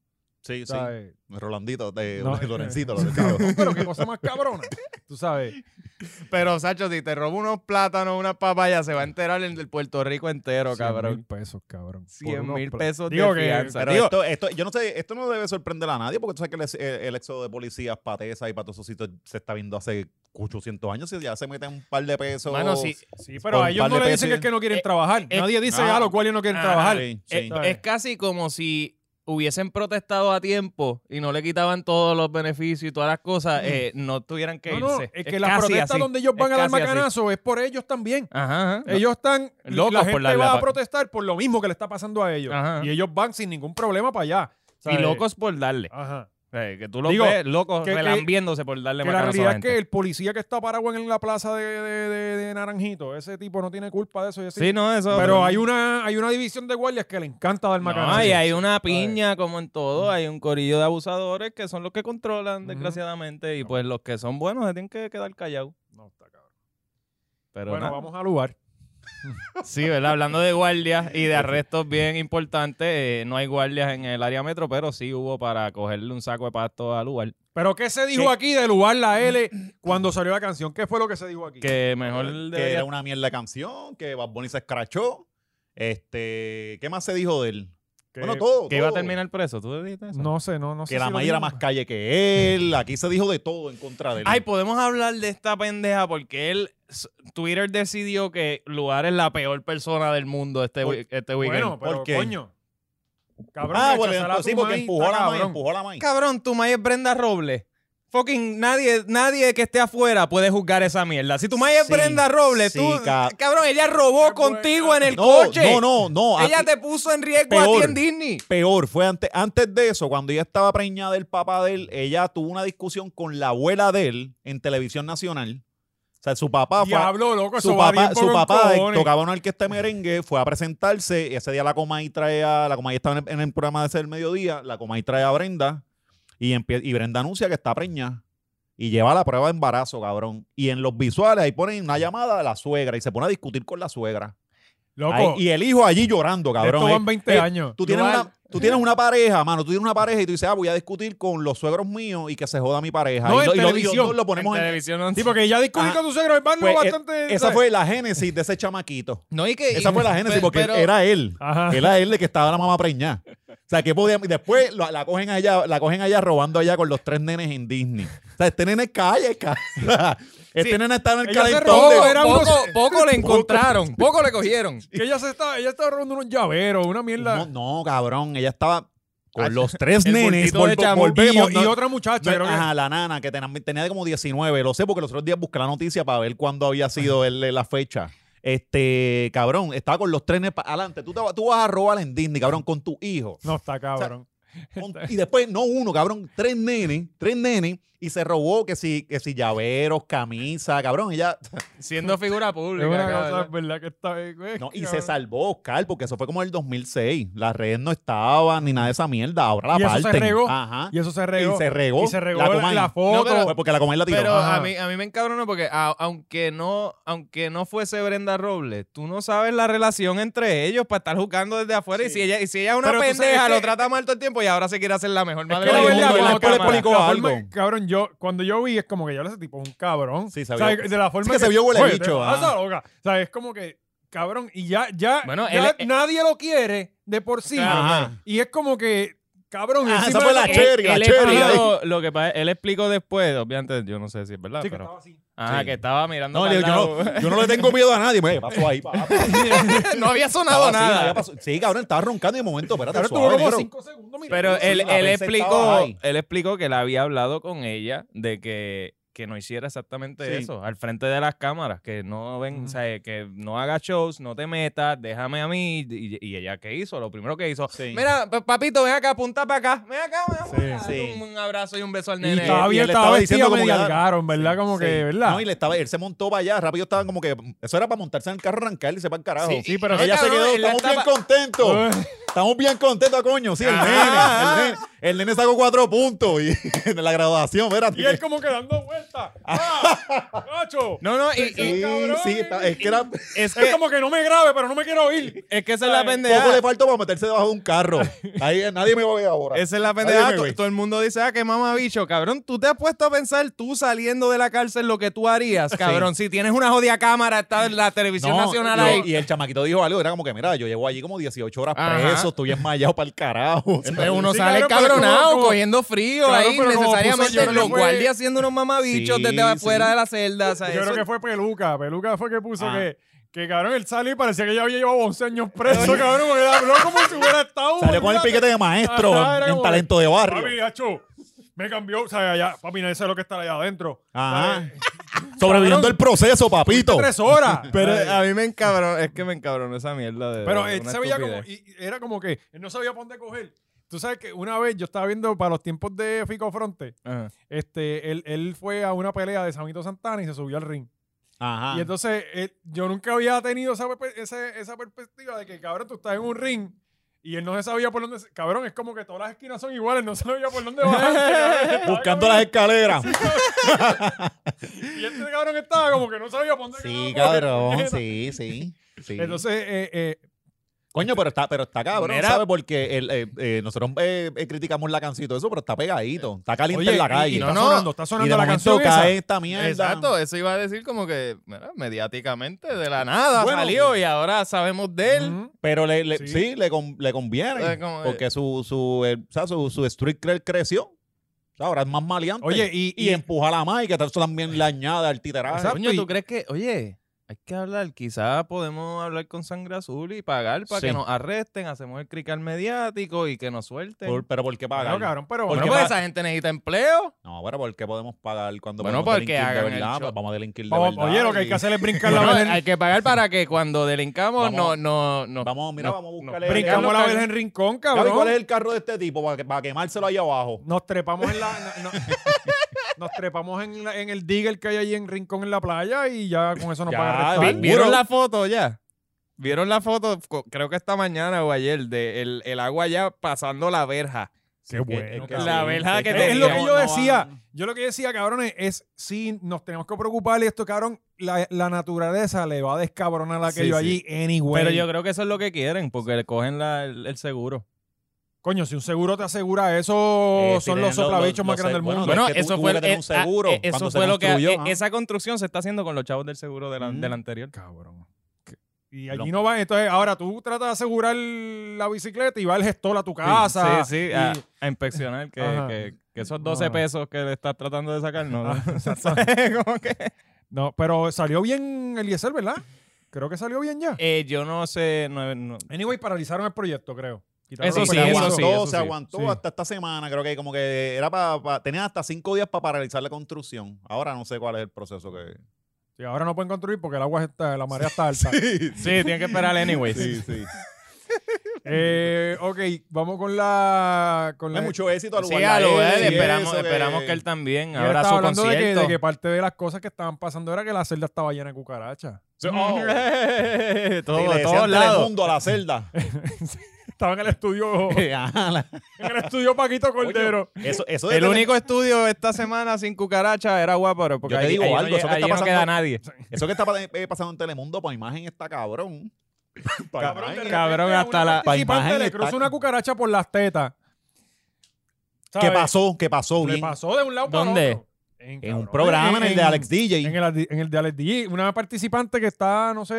Sí, sí.
¿sabes?
Rolandito, eh,
No. (laughs)
Lorencito, Lorencito.
Pero qué cosa más cabrona. Tú sabes.
Pero, Sacho, si te robo unos plátanos, unas papayas, se va a enterar el del Puerto Rico entero,
100
cabrón.
mil pesos, cabrón. por
100
unos
mil
pla-
pesos de
Digo que-
fianza.
Pero
Digo,
esto, esto, yo no sé, esto no debe sorprender a nadie, porque tú sabes que el, ex- el- el éxodo de policías para Tesa y para todos esos sitios se está viendo hace 800 años y ya se meten un par de pesos.
Mano, sí,
Sí,
Por
pero
un
a ellos
par
no
de
le dicen que
pesos.
es que no quieren
Eh,
trabajar.
eh,
Nadie dice
ah,
a los cuales no quieren
ah,
trabajar.
Sí, sí.
Eh,
¿sabes?
es casi como si hubiesen protestado a tiempo y no le quitaban todos los beneficios y todas las cosas, eh, no tuvieran que
Mm. No,
irse.
no, es que las
casi
protestas
así.
donde ellos
Es
van a dar
casi así.
macanazo es por ellos también.
Ajá, ajá.
Ellos están
Locos
la
por
gente
la-
va
la-
a protestar por lo mismo que le está pasando a ellos
Ajá.
y ellos van sin ningún problema para allá.
y
¿sabes?
locos por darle.
Ajá.
Eh, que tú los
Digo,
ves locos
que- que-
relambiéndose por darle
Que la
macanazo a
realidad
la
es
gente.
que el policía que está parado en la plaza de, de- de- de Naranjito, ese tipo no tiene culpa de eso. y así.
Sí, no, eso.
pero hay una, hay una división de guardias que le encanta dar macanazo.
No, y hay una piña como en
Mm.
todo, hay un corillo de abusadores que son los que controlan, desgraciadamente, y pues los que son buenos se tienen que quedar callados.
No, está cabrón.
Pero
bueno,
nada.
vamos al lugar.
Sí, ¿verdad? Hablando de guardias y de arrestos bien importantes, eh, no hay guardias en el área metro, pero sí hubo para cogerle un saco de pasto al lugar.
Pero ¿qué se dijo
¿Qué?
aquí de lugar la L cuando salió la canción? ¿Qué fue lo Mm. que se dijo aquí?
Que mejor
Que
debería-
era una mierda de canción, que Bad Bunny se escrachó. Este, ¿qué más se dijo de él?
Que-
bueno, todo.
que iba a
todo.
terminar preso. ¿Tú dijiste eso?
No sé, no, no sé.
Que la
si lo
May era
dijo.
más calle que él. Aquí se dijo de todo en contra de él.
Ay, pues, podemos hablar de esta pendeja porque él, s- Twitter decidió que Lugar es la peor persona del mundo este,
Por-
wi- este weekend.
Bueno, pero
¿Por qué?
coño. Cabrón,
ah,
rechazar
bueno,
a
entonces,
tu
sí, porque
maíz,
empujó a
está
la May,
cabrón.
empujó a la May.
Cabrón, tu madre es Brenda Robles. Fucking nadie, nadie que esté afuera puede juzgar esa mierda. Si tu madre es
Sí,
Brenda Robles,
sí,
tú,
ca-
cabrón, ella robó
Qué
contigo en
buena.
el
no,
coche.
no,
(laughs)
no, no. a-
Ella te puso en riesgo a ti
Peor.
en Disney.
peor fue antes, antes de eso, cuando ella estaba preñada del papá de él, ella tuvo una discusión con la abuela de él en televisión nacional. O sea, su papá fue. a-
Diablo, loco, eso
su
va bien
papá,
por
su
los
papá
cojones.
tocaba una orquesta de merengue, fue a presentarse. Ese día la Comay traía, la Comay estaba en el, en el programa de ese del mediodía, la Comay trae a Brenda y, empie- y Brenda anuncia que está preñada y lleva la prueba de embarazo, cabrón. Y en los visuales ahí ponen una llamada de la suegra y se pone a discutir con la sugra.
Loco,
Ahí- y el hijo allí llorando, cabrón.
esto
Eh,
van 20
eh,
años.
Tú tienes,
Igual,
una, tú tienes una pareja, mano. Tú tienes una pareja y tú dices, ah, voy a discutir con los suegros míos y que se joda mi pareja.
No,
y,
en
lo- y lo- y los
televisión,
dos lo ponemos en.
televisión.
Sí, porque ya discutí
Ah,
con tu suegro, hermano,
Pues, eh,
bastante...
esa fue la génesis de ese chamaquito.
No, y que,
Esa
y-
fue la génesis
pe-
porque
pero-
era él.
Ajá.
Era él el que estaba la mamá preñada. O sea, que podíamos. Y después lo- la cogen allá, la cogen allá robando allá con los tres nenes en Disney. O sea, este nene es calle, calle. (laughs) Este
Sí.
nene está en el
Ella se
calentón.
robó,
de-
era
(laughs)
poco,
unos-
poco le encontraron, poco le cogieron.
Que ella se estaba, ella estaba robando unos llaveros, una mierda.
No, no, cabrón. Ella estaba con los tres
el
nenes.
bultito de
volvo-
chamo.
y,
volvemos, no-
y otra muchacha,
No,
creo que-
ajá, la nana, que tenam- tenía como 19. Lo sé porque los otros días busqué la noticia para ver cuándo había sido el- la fecha. Este, cabrón, estaba con los trenes para adelante. Tú, te va- tú vas a robar en Disney, cabrón, con tu hijo.
No está cabrón.
Con- y después, no uno, cabrón, tres nenes, tres nenes, y se robó que si, que si llaveros, camisa, cabrón, ella. (laughs)
Siendo figura pública.
es una
cabrón.
cosa, verdad, que está... eh,
No, y
cabrón.
se salvó, Oscar, porque eso fue como el 2006. Las redes no estaban ni nada de esa mierda. Ahora la
Y eso se
parten.
regó.
Ajá.
Y eso se regó.
Ah, Y se regó
Y se regó
la
la,
Comay.
la foto.
No, pero-
Fue porque la comer la tiró.
Pero a
Ajá.
mí, a mí me encabronó porque a- aunque, no, aunque no fuese Brenda Robles, tú no sabes la relación entre ellos para estar jugando desde afuera. Y, si ella, y si ella es una
Pero tú sabes
pendeja,
que-
lo trata mal todo el tiempo y ahora se quiere hacer la mejor
Es
madre
que la
Pero
del
el
verdad,
mundo en
mundo
la
cuando
blanco le
la
cámara.
explicó
forma-
algo.
Cabrón, yo, cuando yo vi, es como que yo le ese tipo un cabrón.
Sí, se
O sea,
vio-
de la forma
que se vio huele
Oye,
bicho,
te
ajá.
pasa, loca. O sea, es como que, cabrón, y ya, ya,
Bueno,
ya
él-
nadie lo quiere de por sí.
Claro, claro.
Y es como que, cabrón,
Ah,
encima
esa fue la
de-
che- Cherry, la
él
Cherry,
explicó, lo que pasa- él explicó después, obviamente, yo no sé si es verdad,
Sí, que
pero.
estaba así.
Ajá,
Sí.
que estaba mirando.
No,
para
le-
el
yo,
lado.
no, yo no le tengo miedo a nadie. Me
(laughs)
pasó ahí, pa, pa.
No había sonado
Estaba así,
nada.
ya pasó. Sí, cabrón, estaba roncando y de momento, espérate,
Cabrón, tuvo
suave,
como
negro.
cinco segundos, mira.
Pero
Sí,
él,
la
él
prensa estaba
explicó,
high.
él explicó que él había hablado con ella de que que no hiciera exactamente
Sí.
eso, al frente de las cámaras, que no ven,
Ujú.
o sea, que no haga shows, no te metas, déjame a mí. Y, y ella, ¿qué hizo? Lo primero que hizo,
Sí.
mira, pa- papito, ven acá, apunta para acá, ven acá, ven acá,
Sí.
dale
Sí.
Un, un abrazo y un beso al
Y
nene.
estaba
y
bien,
él
estaba
estaba
vestido
diciendo como
medio
que-
algarón, ¿verdad? Como
Sí.
que, ¿verdad?
No, y le estaba, él se montó para allá, rápido estaban como que, eso era para montarse en el carro, arrancar y se va al carajo.
Sí, sí, pero-
ella se
Cabrón,
quedó,
él la
estamos bien
estaba- Ah.
contentos, estamos bien contentos, coño, sí, el nene, el nene, el nene sacó cuatro puntos y (laughs) en la graduación,
(laughs)
espérate.
Y él como que dando
(laughs)
vueltas. ¡Ah! ¡Cacho!
no, no, y, y-
Sí,
cabrón,
sí, está- es que era, poco
es
Es
que,
como que no me grabe, pero no me quiero
(laughs)
ir.
es que esa es la
le
pendeja.
faltó para meterse debajo de un carro. Ahí nadie me va a ver ahora.
Esa es la
Nadie
pendeja.
me
To-
ve.
Todo el mundo dice, ah, qué mamá bicho, cabrón. Tú te has puesto a pensar tú saliendo de la cárcel lo que tú harías, cabrón. Si tienes una jodida cámara, está en la televisión
No,
nacional
y,
ahí.
y el chamaquito dijo algo, era como que, mira, yo llevo allí como 18 horas
Ajá.
preso, estoy enmayado para el carajo. (laughs)
Entonces uno
Sí,
sale
cabrón, pero
cabronado,
como- como-
cogiendo frío
Claro,
ahí,
pero como
necesariamente
puso yo,
los
fue-
guardias haciendo unos mamabichos
Sí,
desde afuera
sí.
de la celda. o sea,
Yo
eso-
creo que fue Peluca. Peluca fue que puso
Ah.
que, que cabrón, él salió y parecía que ya había llevado 11 años preso, cabrón, porque él habló como si hubiera estado.
Salió con el piquete de maestro
Ajá, era
en
como
talento de
Papi,
barrio.
hacho, me cambió. O sea, allá, papi, nadie sabe lo que está allá adentro.
Ajá. (laughs) Sobreviviendo el proceso, papito.
Tres
(laughs)
horas.
Pero a mí me encabronó, es que me encabronó esa mierda de
Pero
eh,
de
él
una
se veía como,
estupidez.
y- y era como que él no sabía por dónde coger. Tú sabes que una vez yo estaba viendo para los tiempos de Fico Fronte,
Ajá.
este, él, él fue a una pelea de Samito Santana y se subió al ring.
Ajá.
Y entonces él- yo nunca había tenido esa, perpe- ese- esa perspectiva de que, cabrón, tú estás en un ring y él no se sabía por dónde. se- Cabrón, es como que todas las esquinas son iguales, no (laughs) sabía por dónde bajar.
(laughs) (laughs) Buscando
(laughs)
las escaleras.
Y este cabrón estaba como que no sabía por dónde.
Sí,
carajo coger. (laughs)
cabrón. Sí, sí. sí.
Entonces, eh, eh,
Coño, pero está, pero está cabrón,
Mira.
¿sabes? Porque el, eh, eh, nosotros eh, eh, criticamos la canción y todo eso, pero está pegadito. Está caliente en la
y-
calle.
Y,
no,
está
no,
sonando, está
Y
sonando
de
la
momento
canción.
cae
esa.
esta mierda.
Exacto, eso iba a decir como que mira, mediáticamente de la nada
Bueno.
salió y ahora sabemos de él.
Ujú.
Pero le, le-
Sí.
sí. le, con- le conviene.
Eh, como-
porque su, su, el- o sea, su, su street cred creció. O sea, ahora es más maleante.
Oye, y-
y,
y-
empuja la más y que tal eso también le añade al titeraje.
Exacto.
Coño, ¿tú
y-
crees que, oye, hay que hablar? Quizás podemos hablar con sangre azul y pagar para
Sí.
que nos arresten, hacemos el crical mediático y que nos suelten.
Por- pero ¿por qué pagar?
No, cabrón, pero
¿Por
bueno,
qué
pues
pa-
esa gente necesita empleo.
No, pero ¿por qué podemos pagar cuando
Bueno,
podemos
porque
delinquir de
hagan el
verdad? Pues
show.
Vamos a delinquir de
Vamos,
verdad.
pues, oye, lo que hay
y-
que hacer es brincar
(laughs)
la
Bueno,
Virgen.
hay que pagar para que cuando delincamos no,
Vamos.
no, no.
Vamos, mira,
no-
vamos a
no.
buscarle-
Brincamos la
Carlos,
Virgen Rincón,
Gaby,
cabrón.
¿cuál es el carro de este tipo? Para, que- para quemárselo ahí abajo.
Nos trepamos en la. no- (laughs) no- nos trepamos en, la- en el digger que hay ahí en Rincón en la playa y ya con eso nos
Ya,
van a
vi-
arrestar.
vi-
¿Vieron
Seguro.
la foto ya? ¿Vieron la foto? Co- Creo que esta mañana o ayer, de el, el agua ya pasando la verja.
Qué
bueno,
cabrón.
la
verdad
verja que
Es, es lo que
No,
yo decía. Yo lo que decía, cabrones, es si nos tenemos que preocupar y esto, cabrón, la, la naturaleza le va a descabronar aquello
Sí,
allí anyway.
Pero yo creo que eso es lo que quieren, porque le cogen la- el, el seguro.
Coño, si un seguro te asegura eso, son los soplabichos más grandes del mundo.
Bueno, es que tú- tú que tener un
eh, ah,
seguro
eh, eso
cuando se
fue lo que
construyó,
eh,
ajá.
esa construcción se está haciendo con los chavos del seguro de la-
Ujú.
del anterior.
Cabrón. Que- Y
Lo-
allí no van. Entonces, ahora tú tratas de asegurar la bicicleta y va el gestor a tu casa.
Sí, ah. sí,
y-
a, a inspeccionar que,
Ajá.
que- que esos 12
Ajá.
pesos que le estás tratando de sacar, no.
Ah,
Como que-
No, pero salió bien Eliezer, ¿verdad? Creo que salió bien ya.
(laughs) Eh, yo no sé, no- no-
Anyway, paralizaron el proyecto, creo. Quitaron
Eso
los
sí,
se
permisos.
eso
aguantó,
sí, eso
se
sí.
aguantó
Sí.
hasta esta semana. Creo que como que era para. tenían hasta cinco días para paralizar la construcción. Ahora no sé cuál es el proceso que.
Sí, ahora no pueden construir porque el agua está, la marea está alta.
Sí, tienen que esperar anyways.
sí.
Eh, ok, vamos con la. Con
No
la
hay mucho éxito al
Sí,
guardar
a lo
él
de él,
y
eh, esperamos,
eso, que-
esperamos que él también
Y él
abra
estaba
su
hablando de que,
concierto.
de
(laughs)
que parte de las cosas que estaban pasando era que la celda estaba llena de cucarachas.
(laughs)
Oh.
Todo-
Sí, le decían
todos lados.
Telemundo a la
(laughs)
celda.
Estaba en el estudio,
(laughs)
en
Ajá, la-
el estudio Paquito Cordero.
Coño, Eso, eso de
El
tele-
único estudio esta semana sin cucaracha era Guaparo, porque
Yo te
ahí-
digo
ahí
algo,
no,
eso que
ahí
está
no
pasando-
queda nadie.
Eso que está pa- eh, pasando en Telemundo, para imagen está cabrón. Pa'
Cabrón,
imagen.
de
Cabrón,
repente a
hasta
una
la-
participante
imagen
le
está-
cruzó una cucaracha por las tetas.
¿Qué
¿Sabes?
pasó? ¿Qué pasó?
Le
Bien.
pasó de un lado para
¿Dónde?
otro.
En un
cabrón.
programa en el de Alex DJ.
En el, en el de Alex DJ, una participante que está, no sé,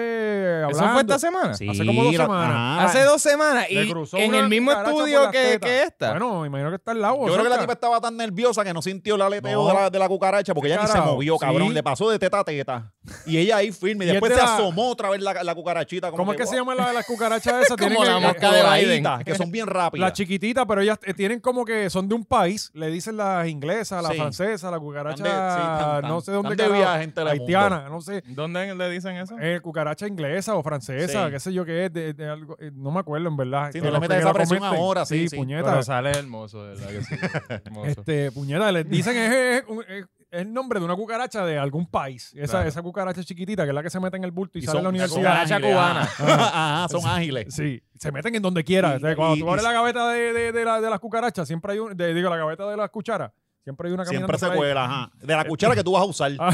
hablando.
¿Eso fue esta semana?
Sí,
hace como dos
la-
semanas.
ajá.
Hace dos semanas y
Le cruzó
en
una
el mismo
cucaracha por
estudio
las
que,
tetas.
que esta.
Bueno, me imagino que está al lado.
Yo creo que la
cerca.
tipa estaba tan nerviosa que no sintió el aleteo
No.
de, la, de la cucaracha porque ella ni se
Carajo,
movió, cabrón.
sí.
Le pasó de teta a teta. Y ella ahí firme.
(laughs)
Y
Y es
después
de
se
la-
asomó otra vez la, la cucarachita. Como
¿Cómo es que se llama la de las cucarachas
(laughs)
esas?
"Guau".
Tienen
Como la
el-
mosca
el-
de
coloraditas.
vainita, que son bien rápidas.
Las chiquititas, pero ellas eh, tienen como que son de un país. Le dicen las inglesas, las
Sí.
francesas, la cucaracha,
Están de- sí, están- están-
no sé dónde
están de
carajo,
viaje en Telemundo.
haitiana, no sé.
¿Dónde le dicen eso?
Eh, cucaracha inglesa o francesa,
Sí.
qué sé yo qué es, de, de algo, eh, no me acuerdo en verdad.
Sí,
Que
no le
lo-
metas
que
esa
lo
presión
comenten.
ahora, sí, sí.
puñeta.
Pero sale hermoso, de ¿verdad? Que (laughs) sí, hermoso.
Este, puñeta,
(laughs)
les dicen es, es- es- es el nombre de una cucaracha de algún país. Esa,
Claro.
esa cucaracha chiquitita que es la que se mete en el bulto y,
Y
sale a la
son- son
universidad.
cucaracha
ágiles,
cubana.
(laughs) Ajá, Ajá, son ágiles.
Sí, se meten en donde quiera.
Y-
O sea, cuando
y-
tú abres
y-
la gaveta de, de- de la- de las cucarachas, siempre hay un, de- digo, la gaveta de las cucharas, siempre hay una caminando
Siempre se
por ahí. Eh,
cuela, ajá. De la cuchara que tú vas a
(laughs)
usar.
Ah,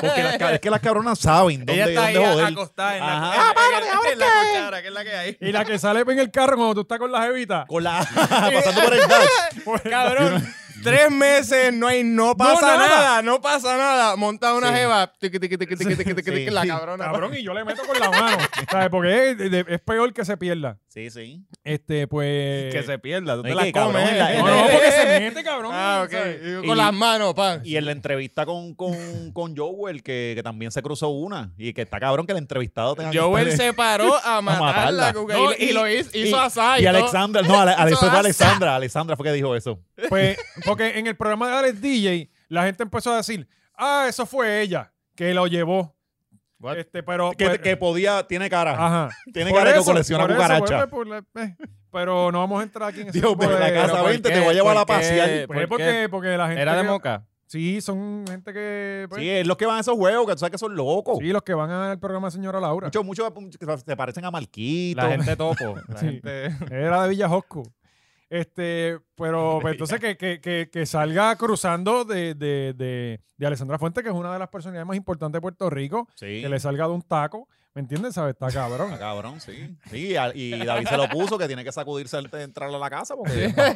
Porque las ca- es que las cabronas saben dónde, dónde joder.
acostada
Ajá.
en la, en la cuchara, que es la que (laughs) hay.
y la que sale en el carro cuando tú estás con la
(laughs)
jevita.
Con la, pasando por el dash.
Cabrón, tres meses, no hay, no pasa
nada.
nada. no pasa nada. Monta una
Sí.
jeva, tiqui, tiqui, tiqui, tiqui, tiqui, tiqui,
Sí.
tiqui, la
Sí.
cabrona.
Cabrón, y yo le meto con la mano. ¿sabes? Porque es, de- de- es peor que se pierda.
Sí, sí.
Este, pues.
Que se pierda, tú
No,
te
y
la
que, cabrón,
comes.
en la-
¿eh?
No, no, porque se mete,
(laughs)
cabrón.
Ah, ok.
¿sabes?
Y
Y-
Con las manos, pan.
Y en la entrevista con, con, con Joel, que, que también se cruzó una. Y que está cabrón que el entrevistado tenga que
Joel
estar-
se paró a
matarla.
matarla. cuca, y-
No,
y, lo hizo, hizo asai.
Y
¿no?
Alexandra, no, Ale- Ale-
Hizo
fue
asai.
Alexandra. Alexandra fue que dijo eso.
Pues, porque en el programa de Alex DJ, la gente empezó a decir, ah, eso fue ella que lo llevó.
What?
Este, pero.
Que,
pues-
que podía, tiene cara.
Ajá.
Tiene
Por
cara que
eso,
colecciona
por eso,
cucarachas.
por- por la- eh, pero no vamos a entrar aquí en ese
Dios,
tipo
de
de-
la
Pero
casa
¿por
20 te
qué?
voy a llevar
¿Por
a pasear.
qué?
Pues,
¿Por
porque,
qué?
porque la gente.
Era de
que-
moca.
Sí, son gente que. pues,
Sí, es los que van a esos juegos, que tú sabes que son locos.
sí, los que van al programa de Señora Laura.
Muchos, muchos que se parecen a Marquito.
La gente topo. La
Sí.
gente...
Era de Villajosco. Este,
(laughs)
pero pues, entonces que, que, que, que salga cruzando de, de, de, de Alessandra Fuente, que es una de las personalidades más importantes de Puerto Rico,
Sí.
que le salga de un taco. ¿Me entiendes? ¿Sabes? Está cabrón.
Ah, cabrón, sí. Sí, a- y David se lo puso que tiene que sacudirse antes de entrar a la casa porque está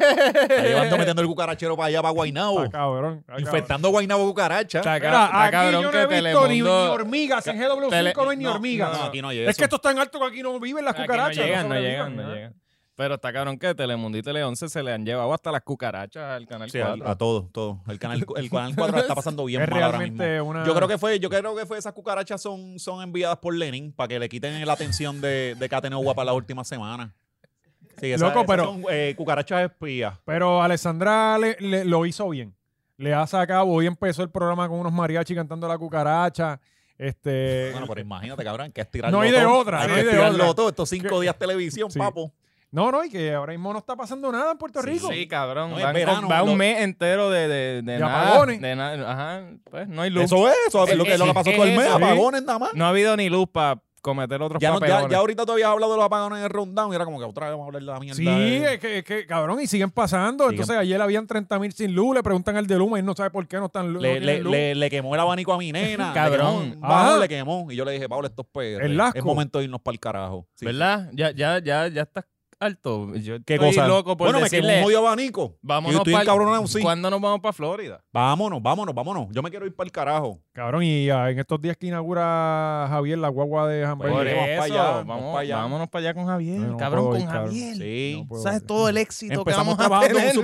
llevando metiendo el cucarachero para allá, para Guaynabo.
Está cabrón. está cabrón.
Infectando Guaynabo cucaracha.
Está,
Mira,
ca- está
aquí yo
cabrón
no
que
he visto ni, ni
Telemundo-
hormigas. En GW5
Tele-
no hay ni
No,
hormigas.
no, aquí no hay
es
eso.
que esto es tan alto que aquí no viven las
Aquí
cucarachas.
No llegan, no,
sobreviven,
llegan, no
¿eh?
llegan. Pero está cabrón que Telemundo y Tele 11 se le han llevado hasta las cucarachas al canal
Sí, a,
4.
a todo, todo. El canal,
(laughs)
el canal 4 está pasando bien
Es
mal ahora mismo.
realmente una.
Yo creo que fue, yo creo que fue esas cucarachas son, son enviadas por Lenin para que le quiten la atención de, de Catenagua para la última semana. Sí, esas-
Loco,
esas
pero-
son eh, cucarachas espías.
Pero Alessandra le, le- lo hizo bien. Le ha sacado. Hoy empezó el programa con unos mariachi cantando la cucaracha.
(laughs)
Este.
Bueno, pero imagínate, cabrón, hay que estirarlo
No hay de
todo.
otra,
Hay
no
que
hay de
estirarlo
otra.
todo. Estos cinco días televisión,
Sí.
papo.
No, no, y que ahora mismo no está pasando nada en Puerto Rico.
Sí, cabrón.
No, es
van con-
verano,
va
lo-
un mes entero de, de, de
De
nada.
apagones.
De nada. Ajá, pues no hay luz.
Eso es, eso es
Eh,
lo que,
eh,
lo que pasó
eh,
todo el mes,
eso.
apagones nada más.
No ha habido ni luz para cometer otros
Ya, no- ya,
papelones.
ya ahorita tú habías hablado de los apagones en el rundown y era como que otra vez vamos a hablar de la mierda.
Sí,
de-
eh.
es que, es que, cabrón, y siguen pasando.
Siguen.
Entonces, ayer habían 30 mil sin luz. Le preguntan al de Luma y no sabe por qué no están lu- no
le,
tienen
le,
luz.
le, le quemó el abanico a
(laughs)
mi nena.
Cabrón.
Le quemó, un bajo
Ajá.
le quemó. Y yo le dije, Pablo, esto es PR.
El lasco.
Es momento de irnos para el carajo. Sí.
¿Verdad? Ya, ya, ya, ya estás alto. Yo
¿Qué
estoy
cosa?
loco por
bueno, me
decirle.
quemó un jodido abanico.
Vámonos
yo estoy
pa'l-
encabronado, sí.
¿Cuándo nos vamos para Florida?
Vámonos, vámonos, vámonos. Yo me quiero ir para el carajo.
Cabrón, y ah, en estos días que inaugura Javier la guagua de
Pues,
Hamburger.
Por
vamos
eso,
pa' allá, vamos
vamos,
pa' allá.
vámonos para allá con Javier.
No, no
cabrón,
puedo
con
ir, cabrón.
Javier. eh,
Sí.
No puedo
¿Sabes
ir.
todo el éxito
Empezamos
que vamos a
trabajando en
tener?
un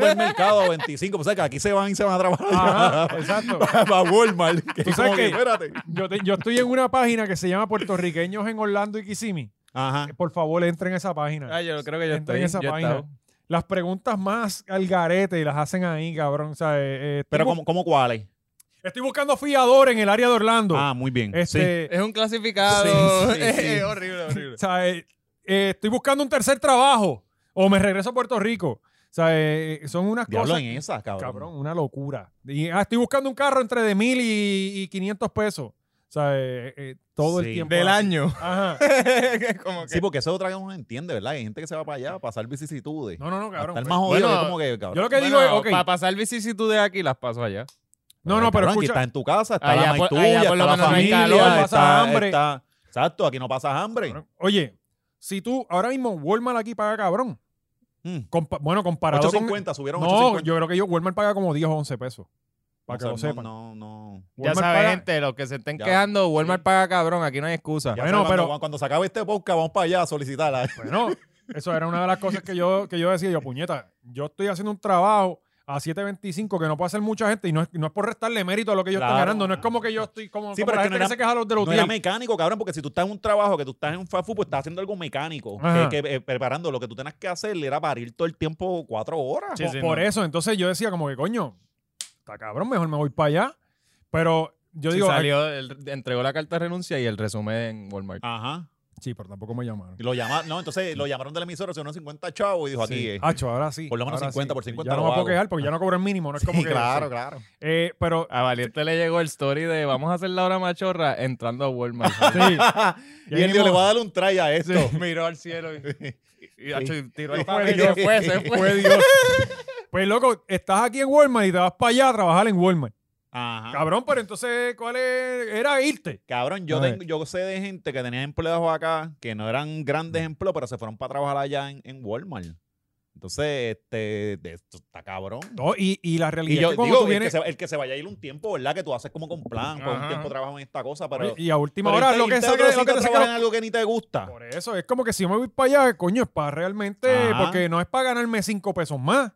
(laughs)
supermercado a 25. O sea, que aquí se van y se van a trabajar.
Ajá, exacto.
(laughs) para Walmart. Que
¿Tú
es
sabes
como
qué?
que, espérate.
Yo, te- yo estoy en una página que se llama Puertorriqueños en Orlando y Kissimmee.
Ajá.
Por favor, entren a esa página.
Ah, yo creo que Ah. yo
Entra
estoy.
en esa
yo he
página.
estado.
Las preguntas más al garete y las hacen ahí, cabrón. O sea, eh, eh, estoy,
Pero
bu-
como, como cuáles.
estoy buscando fiador en el área de Orlando.
Ah, muy bien. Sí.
este,
Es un clasificado.
Sí,
(laughs)
sí,
es,
sí.
es horrible,
(laughs)
horrible.
o sea, eh, eh, estoy buscando un tercer trabajo o me regreso a Puerto Rico. O sea, eh, son unas
Diablo
cosas.
en esa, cabrón.
Cabrón, una locura. Y, ah, estoy buscando un carro entre de mil y, y 500 pesos. O sea, eh, eh, todo
Sí.
el tiempo.
Del año.
Ajá.
Como que-
Sí, porque eso es otra que uno entiende, ¿verdad? Hay gente que se va para allá a pasar vicisitudes.
No, no, no, cabrón. pues,
Estar más jodido
Bueno,
que como que, cabrón.
Yo lo que digo es, ok.
Para pasar vicisitudes aquí, las paso allá.
No, no, pero
Cabrón, aquí
escucha.
está en tu casa, está
Allá
la
por-
maituya,
allá
está
por lo
la
menos no hay
familia,
calor,
está,
pasa hambre.
está- exacto, aquí no pasas hambre.
Cabrón. Oye, si tú ahora mismo Walmart aquí paga cabrón.
Mm.
Compa- bueno, comparado con
850, subieron
No,
850.
yo creo que yo Walmart paga como 10 o 11 pesos. Para que
No,
lo
no,
sepan.
No, no.
Ya
Walmart
sabes,
paga-
gente, los que se estén
Ya.
quejando, Walmart paga cabrón, aquí no hay excusa.
Ya
Bueno,
sabes, cuando-
pero-
Cuando se acabe este podcast, vamos para allá a solicitarla.
Bueno, eso era una de las cosas que yo, que yo decía, yo, puñeta, yo estoy haciendo un trabajo a 7.25, que no puede hacer mucha gente, y no es, no es por restarle mérito a lo que ellos están
Claro.
ganando, no es como que yo estoy como,
Sí,
como
pero
la
es que
gente
no
que
era-
se queja a los de los
No era mecánico, cabrón, porque si tú estás en un trabajo que tú estás en un fast food, pues estás haciendo algo mecánico.
Ajá.
Que, que, eh, preparando lo que tú tenías que hacer era parir todo el tiempo cuatro horas.
Sí,
Po-
sí,
por
no.
eso, entonces yo decía como que, coño, está cabrón, mejor me voy para allá. Pero yo
Sí,
digo, ay,
salió,
eh,
él entregó la carta de renuncia y el resumen en Walmart.
Ajá.
sí, pero tampoco me llamaron.
Y lo llamaron, no, entonces lo llamaron de la emisora, se unos 50 chavos y dijo aquí. eh,
Hacho, ahora sí.
Por lo menos
ahora
50
sí.
por 50
Ya no
lo
me puedo
hago.
quejar porque ya no cobro el mínimo, no es como
sí,
que...
claro,
sí.
claro.
Eh, pero...
A Valiente le llegó el story de vamos a hacer la hora machorra entrando a
(laughs)
Walmart.
sí.
Y él dijo, le voy a dar un try a esto.
Miró al cielo y, y, y tiró
Fue
el papel y
Dios.
(laughs)
se (laughs) fue, se fue.
Fue Dios. Pues loco, estás aquí en Walmart y te vas para allá a trabajar en Walmart.
Ajá.
Cabrón, pero entonces, ¿cuál es? era irte?
Cabrón, yo,
A ver.
tengo, yo sé de gente que tenía empleados acá que no eran grandes empleos, pero se fueron para trabajar allá en, en Walmart. Entonces, este, de esto está cabrón.
No, y, y la realidad
Y yo
es que cuando
digo,
tú
el, que
vienes
se, el que se vaya a ir un tiempo, ¿verdad? Que tú haces como con plan, por un
Ajá.
tiempo trabajo en esta cosa, pero...
y a última
pero
hora
irte-
lo que
irte a
saca
otro
lo que
sitio
te saca
a trabajar en algo que ni te gusta.
Por eso, es como que si yo me voy para allá, coño, es para realmente,
Ajá.
porque no es para ganarme cinco pesos más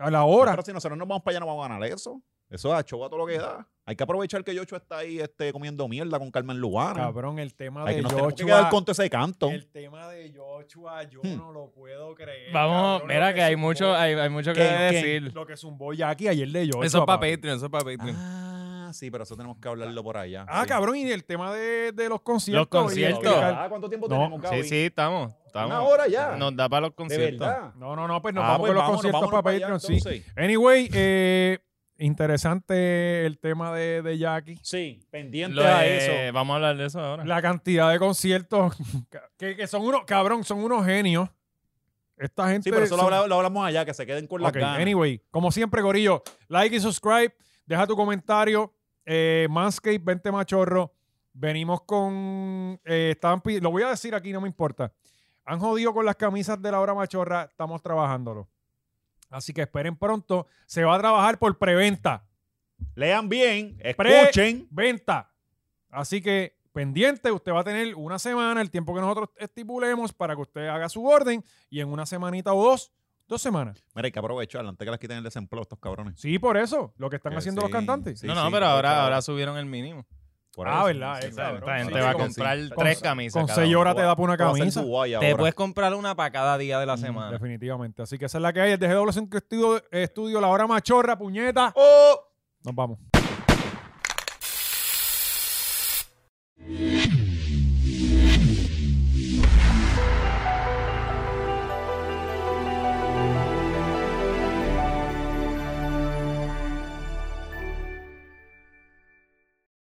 a la hora.
Pero si nosotros nos vamos para allá, no vamos a ganar eso. Eso es a show a todo lo
Mm.
que da. Hay que aprovechar que Yocho está ahí este, comiendo mierda con Carmen Lubana.
Cabrón, el tema
Hay que
de
nos tenemos que
Joshua.
quedar con todo ese canto.
El tema de Joshua, yo
Hmm.
no lo puedo creer.
(laughs) Vamos,
cabrón,
mira
lo
que hay
zumbó-
mucho, hay, hay mucho que
¿Qué- qué?
decir.
Lo que zumbó Jackie ayer de Joshua.
Eso es para
papi.
Patreon, eso es para Patreon.
Ah, sí, pero eso tenemos que hablarlo por allá.
Ah,
Sí.
cabrón, y el tema de, de los conciertos. y
conciertos.
explicar-
Ah, ¿Cuánto tiempo
No,
tenemos, Gaby?
Sí, sí, estamos. estamos.
Una hora ya.
Nos da para los
de
conciertos.
verdad.
No, no, no, pues nos
Ah,
vamos
pues
con los
vámonos,
conciertos
vámonos
para
allá,
Patreon, sí.
entonces.
Anyway, eh, interesante el tema de, de Jackie.
Sí, pendiente
Lo
a
de-
eso.
Vamos a hablar de eso ahora.
La cantidad de conciertos (laughs) que, que son unos, cabrón, son unos genios. Esta gente.
Sí, pero eso lo
son-
hablamos, lo hablamos allá, que se queden con las
Ok,
ganas.
Anyway, como siempre, Gorillo, like y subscribe. Deja tu comentario. Eh, Manscape, vente machorro. Venimos con. eh, estaban pi- lo voy a decir aquí, no me importa. Han jodido con las camisas de la hora machorra. Estamos trabajándolo. Así que esperen pronto. Se va a trabajar por preventa.
Lean bien,
Pre-
escuchen.
Venta. Así que pendiente, usted va a tener una semana, el tiempo que nosotros estipulemos para que usted haga su orden. Y en una semanita o dos, dos semanas.
Mira, hay que aprovechar antes que las quiten el desempleo estos cabrones.
Sí, por eso. Lo que están
Que
haciendo
Eh, sí,
los cantantes.
sí,
no,
sí,
no,
por
pero ahora,
favor.
ahora subieron el mínimo.
Por
Ah,
eso,
¿verdad?
sí,
Es
sí,
cabrón.
Esta gente
Sí,
va a
sí,
comprar
sí.
tres
Con-
camisas.
Con
cada
seis
uno.
horas te da por una
Tú vas a hacer
camisa.
tu guay
Te
ahora. Mm,
puedes comprar una para cada día de la semana.
Definitivamente. Así que esa es la que hay. El DG Doble Cinco estudio, estudio, la hora machorra, puñeta.
¡Oh!
Nos vamos.